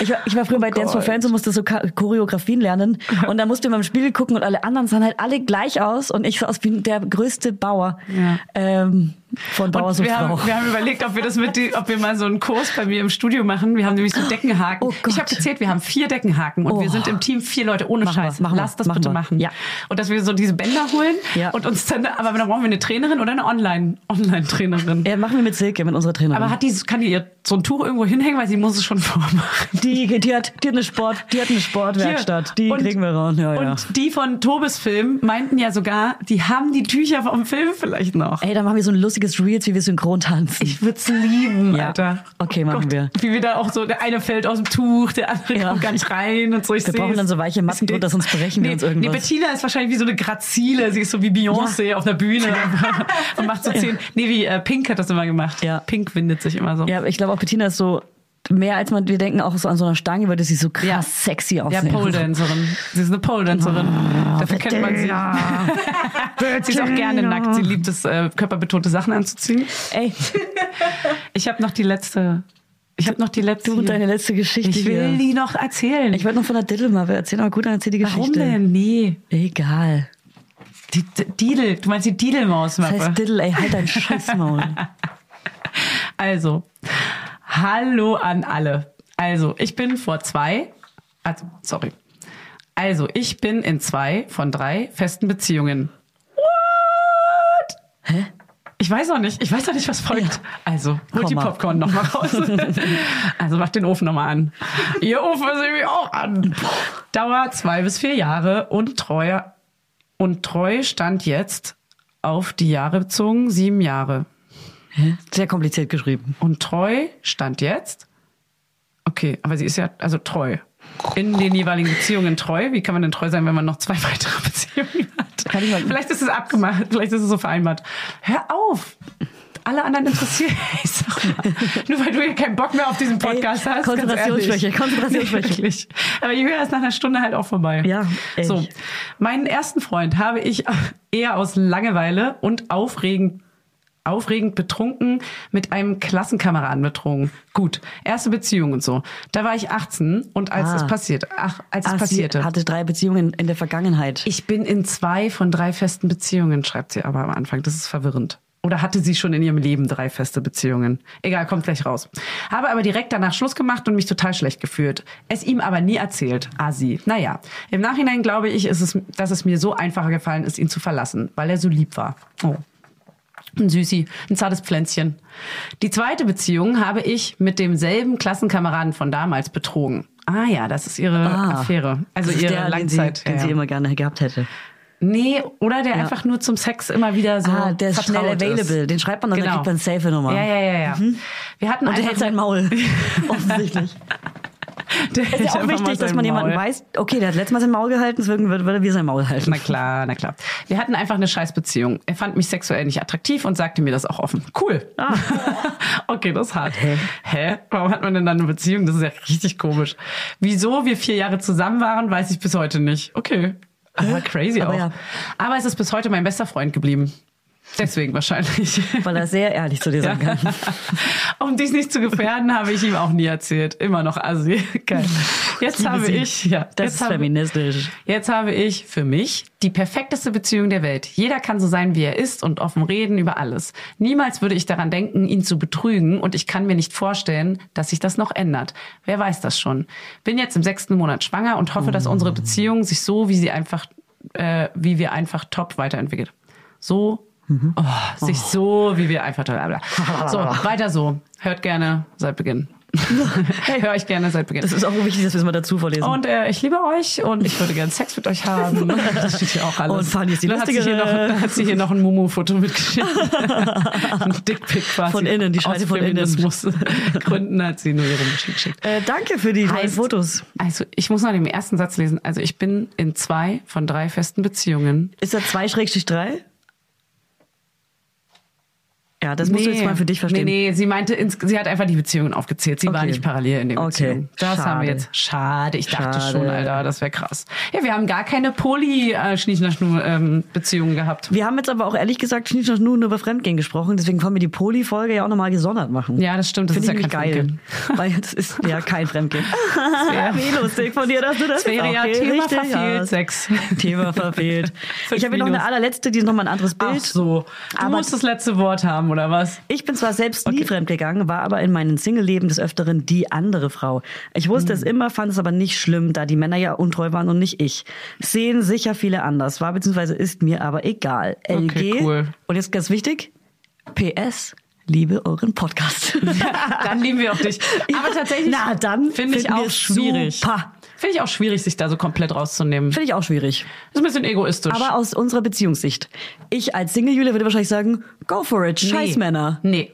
Ich war, ich war früher bei Dance for Friends und musste so Ka- Choreografien lernen. Und da musste man im Spiegel gucken und alle anderen sahen halt alle gleich aus und ich sah aus wie der größte Bauer
Ja.
ähm, von Bauer
und
und
wir
Frau.
haben, wir haben überlegt, ob wir das mit, die, ob wir mal so einen Kurs bei mir im Studio machen. Wir haben nämlich so Deckenhaken.
Oh Gott.
ich habe gezählt, wir haben vier Deckenhaken und wir
Oh.
sind im Team vier Leute ohne
Machen wir,
Scheiß.
machen wir,
Lass das
machen
bitte
wir.
machen.
Ja.
Und dass wir so diese Bänder holen
Ja.
und uns dann, aber dann brauchen wir eine Trainerin oder eine Online, Online-Trainerin.
Ja, machen wir mit Silke, mit unserer Trainerin.
Aber hat die, kann die ihr so ein Tuch irgendwo hinhängen, weil sie muss es schon vormachen.
die, die, hat, die hat eine Sport, die hat eine Sportwerkstatt. Die
Hier. Und-
kriegen wir raus. Ja, ja.
Und die von Tobes Film meinten ja sogar, die haben die Tücher vom Film vielleicht noch.
Ey, dann machen wir so ein lustiges Reels, wie wir synchron tanzen.
Ich würde es lieben,
Ja.
Alter. Oh
Okay, machen wir.
Wie wir da auch so, der eine fällt aus dem Tuch, der andere
Ja.
kommt gar nicht rein und so. Ich
Wir brauchen
seh's.
dann so weiche Matten
Ich
drunter, sonst brechen wir
nee,
uns irgendwas.
Nee, Bettina ist wahrscheinlich wie so eine Grazile. Sie ist so wie Beyoncé auf einer Bühne und macht so zehn. Nee, wie äh, Pink hat das immer gemacht.
Ja.
Pink windet sich immer so.
Ja, aber ich glaube auch Bettina ist so mehr als man wir denken auch so an so einer Stange würde sie so krass
Ja.
sexy
Ja,
aussehen.
Pole-Dancerin. Sie ist eine Pole-Dancerin.
Ah,
Dafür kennt man sie. sie ist auch gerne nackt. Sie liebt es, äh, körperbetonte Sachen anzuziehen.
Ey,
Ich habe noch die letzte. Ich habe noch die letzte.
du und
hier.
deine letzte Geschichte.
Ich will
hier.
die noch erzählen.
Ich wollte noch von der Diddle mal erzähl mal gut, dann erzähl die Geschichte.
Warum denn? Nee.
Egal.
Die D- Didel. Du meinst die
Das
Didelmausmappe.
heißt Diddle, ey, halt dein Scheißmaul.
Also, hallo an alle. Also, ich bin vor zwei, also, sorry. Also, ich bin in zwei von drei festen Beziehungen. What? Hä? Ich weiß noch nicht, ich weiß noch nicht, was folgt. Also, holt die
Komma.
Popcorn nochmal raus. also, macht den Ofen nochmal an. Ihr Ofen ist irgendwie auch an. Dauer zwei bis vier Jahre und treuer und treu stand jetzt
auf die Jahre bezogen sieben Jahre.
Sehr kompliziert geschrieben.
Und treu stand jetzt. Okay, aber sie ist ja also treu. In den jeweiligen Beziehungen treu. Wie kann man denn treu sein, wenn man noch zwei weitere Beziehungen hat?
Kann ich mal-
vielleicht ist es abgemacht, vielleicht ist es so vereinbart. Hör auf! Alle anderen interessieren. Ich sag mal, nur weil du ja keinen Bock mehr auf diesen Podcast
Ey,
hast.
Konzentrationsschwäche, Konzentrationsschwäche.
Konzentrationsschwäche. Wirklich. Aber Julia ist nach einer Stunde halt auch vorbei.
Ja, ehrlich.
So, meinen ersten Freund habe ich eher aus Langeweile und aufregend aufregend betrunken mit einem Klassenkameraden betrogen. Gut, erste Beziehung und so. Da war ich 18 und als
Ah.
es passiert, ach, als
Ah,
es
Sie
passierte.
hatte drei Beziehungen in der Vergangenheit.
Ich bin in zwei von drei festen Beziehungen, schreibt sie aber am Anfang. Das ist verwirrend. Oder hatte sie schon in ihrem Leben drei feste Beziehungen? Egal, kommt gleich raus. Habe aber direkt danach Schluss gemacht und mich total schlecht gefühlt. Es ihm aber nie erzählt. Asi. Naja, im Nachhinein glaube ich, ist es, dass es mir so einfacher gefallen ist, ihn zu verlassen, weil er so lieb war. Oh. Ein Süßi, ein zartes Pflänzchen. Die zweite Beziehung habe ich mit demselben Klassenkameraden von damals betrogen. Ah ja, das ist ihre
Ah.
Affäre. Also
das ist
ihre
der,
Langzeit.
den, sie, den
ja.
sie immer gerne gehabt hätte.
Nee, oder der einfach nur zum Sex immer wieder so
Ah, der ist schnell
vertraut
available.
Ist. Genau.
Den schreibt man dann, dann kriegt man safe Nummer.
Ja, ja, ja, ja. Wir hatten
Und der
einfach
hält sein Maul. Offensichtlich.
Der
Ist ja auch wichtig, dass man jemanden weiß, okay, der hat letztes Mal sein Maul gehalten, deswegen würde würde wir sein Maul halten.
Na klar, na klar. Wir hatten einfach eine Scheißbeziehung. Er fand mich sexuell nicht attraktiv und sagte mir das auch offen. Cool.
Ah.
okay, das ist hart. Hä? Warum hat man denn dann eine Beziehung? Das ist ja richtig komisch. Wieso wir vier Jahre zusammen waren, weiß ich bis heute nicht. Okay. Aber crazy
Aber
auch.
ja.
Aber es ist bis heute mein bester Freund geblieben. Deswegen wahrscheinlich.
Weil er sehr ehrlich zu dir sein kann.
um dich nicht zu gefährden, habe ich ihm auch nie erzählt. Immer noch assi. Geil. Jetzt
Liebe
habe
sie.
ich, ja.
Das
jetzt
ist
habe-
feministisch.
Jetzt habe ich für mich die perfekteste Beziehung der Welt. Jeder kann so sein, wie er ist und offen reden über alles. Niemals würde ich daran denken, ihn zu betrügen und ich kann mir nicht vorstellen, dass sich das noch ändert. Wer weiß das schon? Bin jetzt im sechsten Monat schwanger und hoffe, dass unsere Beziehung sich so, wie sie einfach, äh, wie wir einfach top weiterentwickelt. So, oh, sich so, wie wir einfach bla bla. So, weiter so. Hört gerne seit Beginn. Hör ich gerne seit Beginn.
Das ist auch wichtig, dass wir es mal dazu vorlesen.
Und äh, ich liebe euch und ich würde gerne Sex mit euch haben. Das steht hier auch alles.
Und Fanny ist die
Dann hat sie hier noch,
Lustigere.
dann hat sie hier noch ein Mumu-Foto mitgeschickt. ein Dickpick quasi.
Von innen, die Schweine
Aus
von innen.
Feminismus-Gründen hat sie nur ihre Geschichte geschickt.
äh, danke für die tollen
Heißt-
Fotos.
Also ich muss noch den ersten Satz lesen. Also ich bin in zwei von drei festen Beziehungen.
Ist das 2 schrägstrich 3? Ja, das musst du
Nee.
jetzt mal für dich verstehen.
Nee, nee, sie meinte, ins, sie hat einfach die Beziehungen aufgezählt. Sie war
Okay.
nicht parallel in den
Okay.
Beziehungen. Das
Schade.
haben wir jetzt. Schade, ich dachte
Schade.
schon, Alter, das wäre krass. Ja, wir haben gar keine Poly-Beziehungen gehabt.
Wir haben jetzt aber auch ehrlich gesagt nicht noch nur über Fremdgehen gesprochen, deswegen können wir die Poli-Folge ja auch nochmal gesondert machen.
Ja, das stimmt, das
Finde
ist
ich
ja kein
nämlich geil. Weil das ist ja kein Fremdgehen.
wär-
Wie lustig von dir, dass du das
Das wäre
jetzt
ja
auch
Thema
richtig
verfehlt,
hast.
Sex.
Thema verfehlt. ich habe hier noch eine
Minus.
allerletzte, die ist nochmal ein anderes Bild.
Ach so, du
Aber-
musst das letzte Wort haben, oder was?
Ich bin zwar selbst nie
Okay.
fremdgegangen, war aber in meinem Single-Leben des Öfteren die andere Frau. Ich wusste es immer, fand es aber nicht schlimm, da die Männer ja untreu waren und nicht ich. Sehen sicher viele anders, war beziehungsweise ist mir aber egal. LG.
Okay, cool.
Und jetzt ganz wichtig, PS, liebe euren Podcast.
Dann lieben wir auch dich. Aber
Ja,
tatsächlich
na, dann
finde ich
finden
auch
wir's
schwierig.
super.
Finde ich auch schwierig, sich da so komplett rauszunehmen.
Finde ich auch schwierig.
Ist ein bisschen egoistisch.
Aber aus unserer Beziehungssicht. Ich als Single-Jule würde wahrscheinlich sagen, go for it, scheiß Männer.
Nee.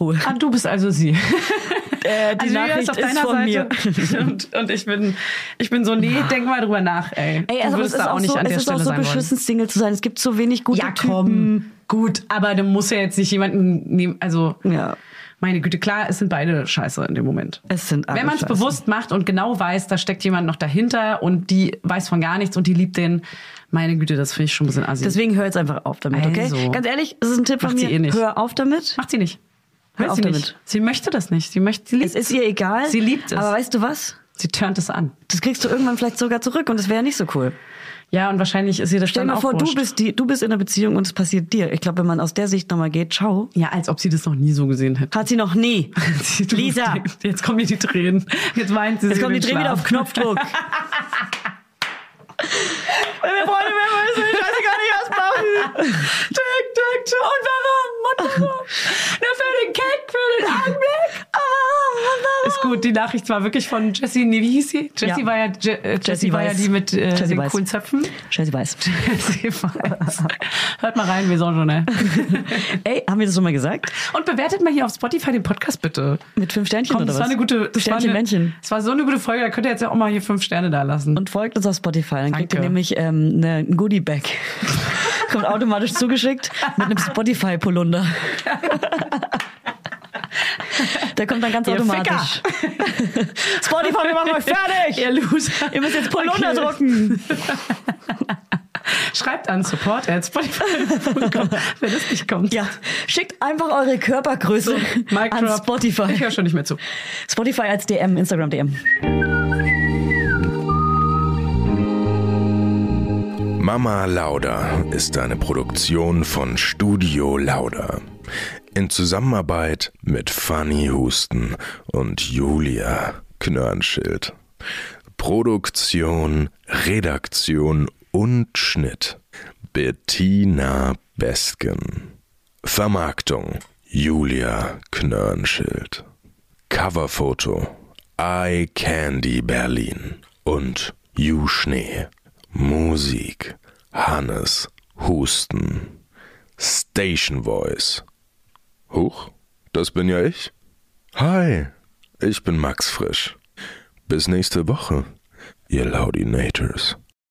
Ruhe.
Ah, du bist also sie.
Äh, die
also Julia
Nachricht ist,
ist auf deiner
von mir. Ah.
Seite. Und, und ich bin, ich bin so, nee, denk mal drüber nach, ey.
Ey,
du
also, es
würdest
ist
da auch
auch
nicht
so,
an
es
der
ist auch
Stelle
so
sein wollen.
beschissen, Single zu sein. Es gibt so wenig gute
ja,
Typen.
komm. Gut, aber du musst ja jetzt nicht jemanden nehmen. Also,
Ja.
meine Güte, klar, es sind beide scheiße in dem Moment.
Es sind alle
Wenn man es
scheiße.
bewusst macht und genau weiß, da steckt jemand noch dahinter und die weiß von gar nichts und die liebt den, meine Güte, das finde ich schon ein bisschen assi.
Deswegen hör jetzt einfach auf damit, okay?
Also.
Ganz ehrlich, es ist ein Tipp von
Macht sie
mir.
eh nicht.
Hör auf damit.
macht sie nicht.
Hör
Will
auf
sie
damit.
nicht. Sie möchte das nicht. Sie möchte, sie
Es
liebt
ist ihr egal.
Sie liebt es.
Aber weißt du was?
Sie turnt es an.
Das kriegst du irgendwann vielleicht sogar zurück und das wäre nicht so cool.
Ja, und wahrscheinlich ist ihr das
Stell dir
dann
mal
auch
vor, du
wurscht.
bist, die, du bist in einer Beziehung und es passiert dir. Ich glaube, wenn man aus der Sicht nochmal geht, ciao,
Ja,
also
als ob sie das noch nie so gesehen hätte.
hat sie noch nie.
Sie- du-
Lisa,
Jetzt kommen ihr die Tränen. Jetzt weint sie.
jetzt
sich
kommen die
in den
Dreh wieder
Schlaf.
auf Knopfdruck.
Meine Freunde, wir müssen, ich weiß gar nicht, was machen. Tick, tick, tick. Und warum? Und warum? Nur für den Kick, für den Anblick. Ah, wunderbar. Ist gut.
Und die Nachricht war wirklich von Jessie, nee, wie hieß sie? Jessie
Ja.
war ja, Je äh, Jessie
Jessie
war ja
Weiß.
die mit äh,
Jessie
den
Weiß.
coolen Zöpfen.
Jessie Weiß.
Jessie Weiß. Hört mal rein, wir sollen schon, ne?
Ey, haben wir das schon mal gesagt?
Und bewertet mal hier auf Spotify den Podcast bitte.
Mit fünf Sternchen
Komm,
oder
das
was?
war eine gute, das war
Sternchen,
eine,
Männchen.
Es war so eine gute Folge, da könnt ihr jetzt ja auch mal hier fünf Sterne da lassen.
Und folgt uns auf Spotify. Dann kriegt ihr
Danke.
nämlich ähm, ne, ein Goodie-Bag. Kommt automatisch zugeschickt mit einem Spotify-Polunder. Der kommt dann ganz
Ihr
automatisch. Spotify, wir machen euch fertig!
Ihr Loser.
Ihr müsst jetzt Polunder
Okay.
drucken.
Schreibt an support at Spotify. Wenn es nicht kommt.
Ja, schickt einfach eure Körpergröße
Mic
an
drop. Ich
Spotify.
höre schon nicht mehr zu.
Spotify als DM, Instagram DM.
Mama Lauda ist eine Produktion von Studio Lauda. In Zusammenarbeit mit Fanny Husten und Julia Knörnschild. Produktion, Redaktion und Schnitt Bettina Besken. Vermarktung Julia Knörnschild. Coverfoto I Candy Berlin und You Schnee. Musik Hannes Husten. Station Voice. Huch, das bin ja ich. Hi, ich bin Max Frisch. Bis nächste Woche, ihr Laudinators.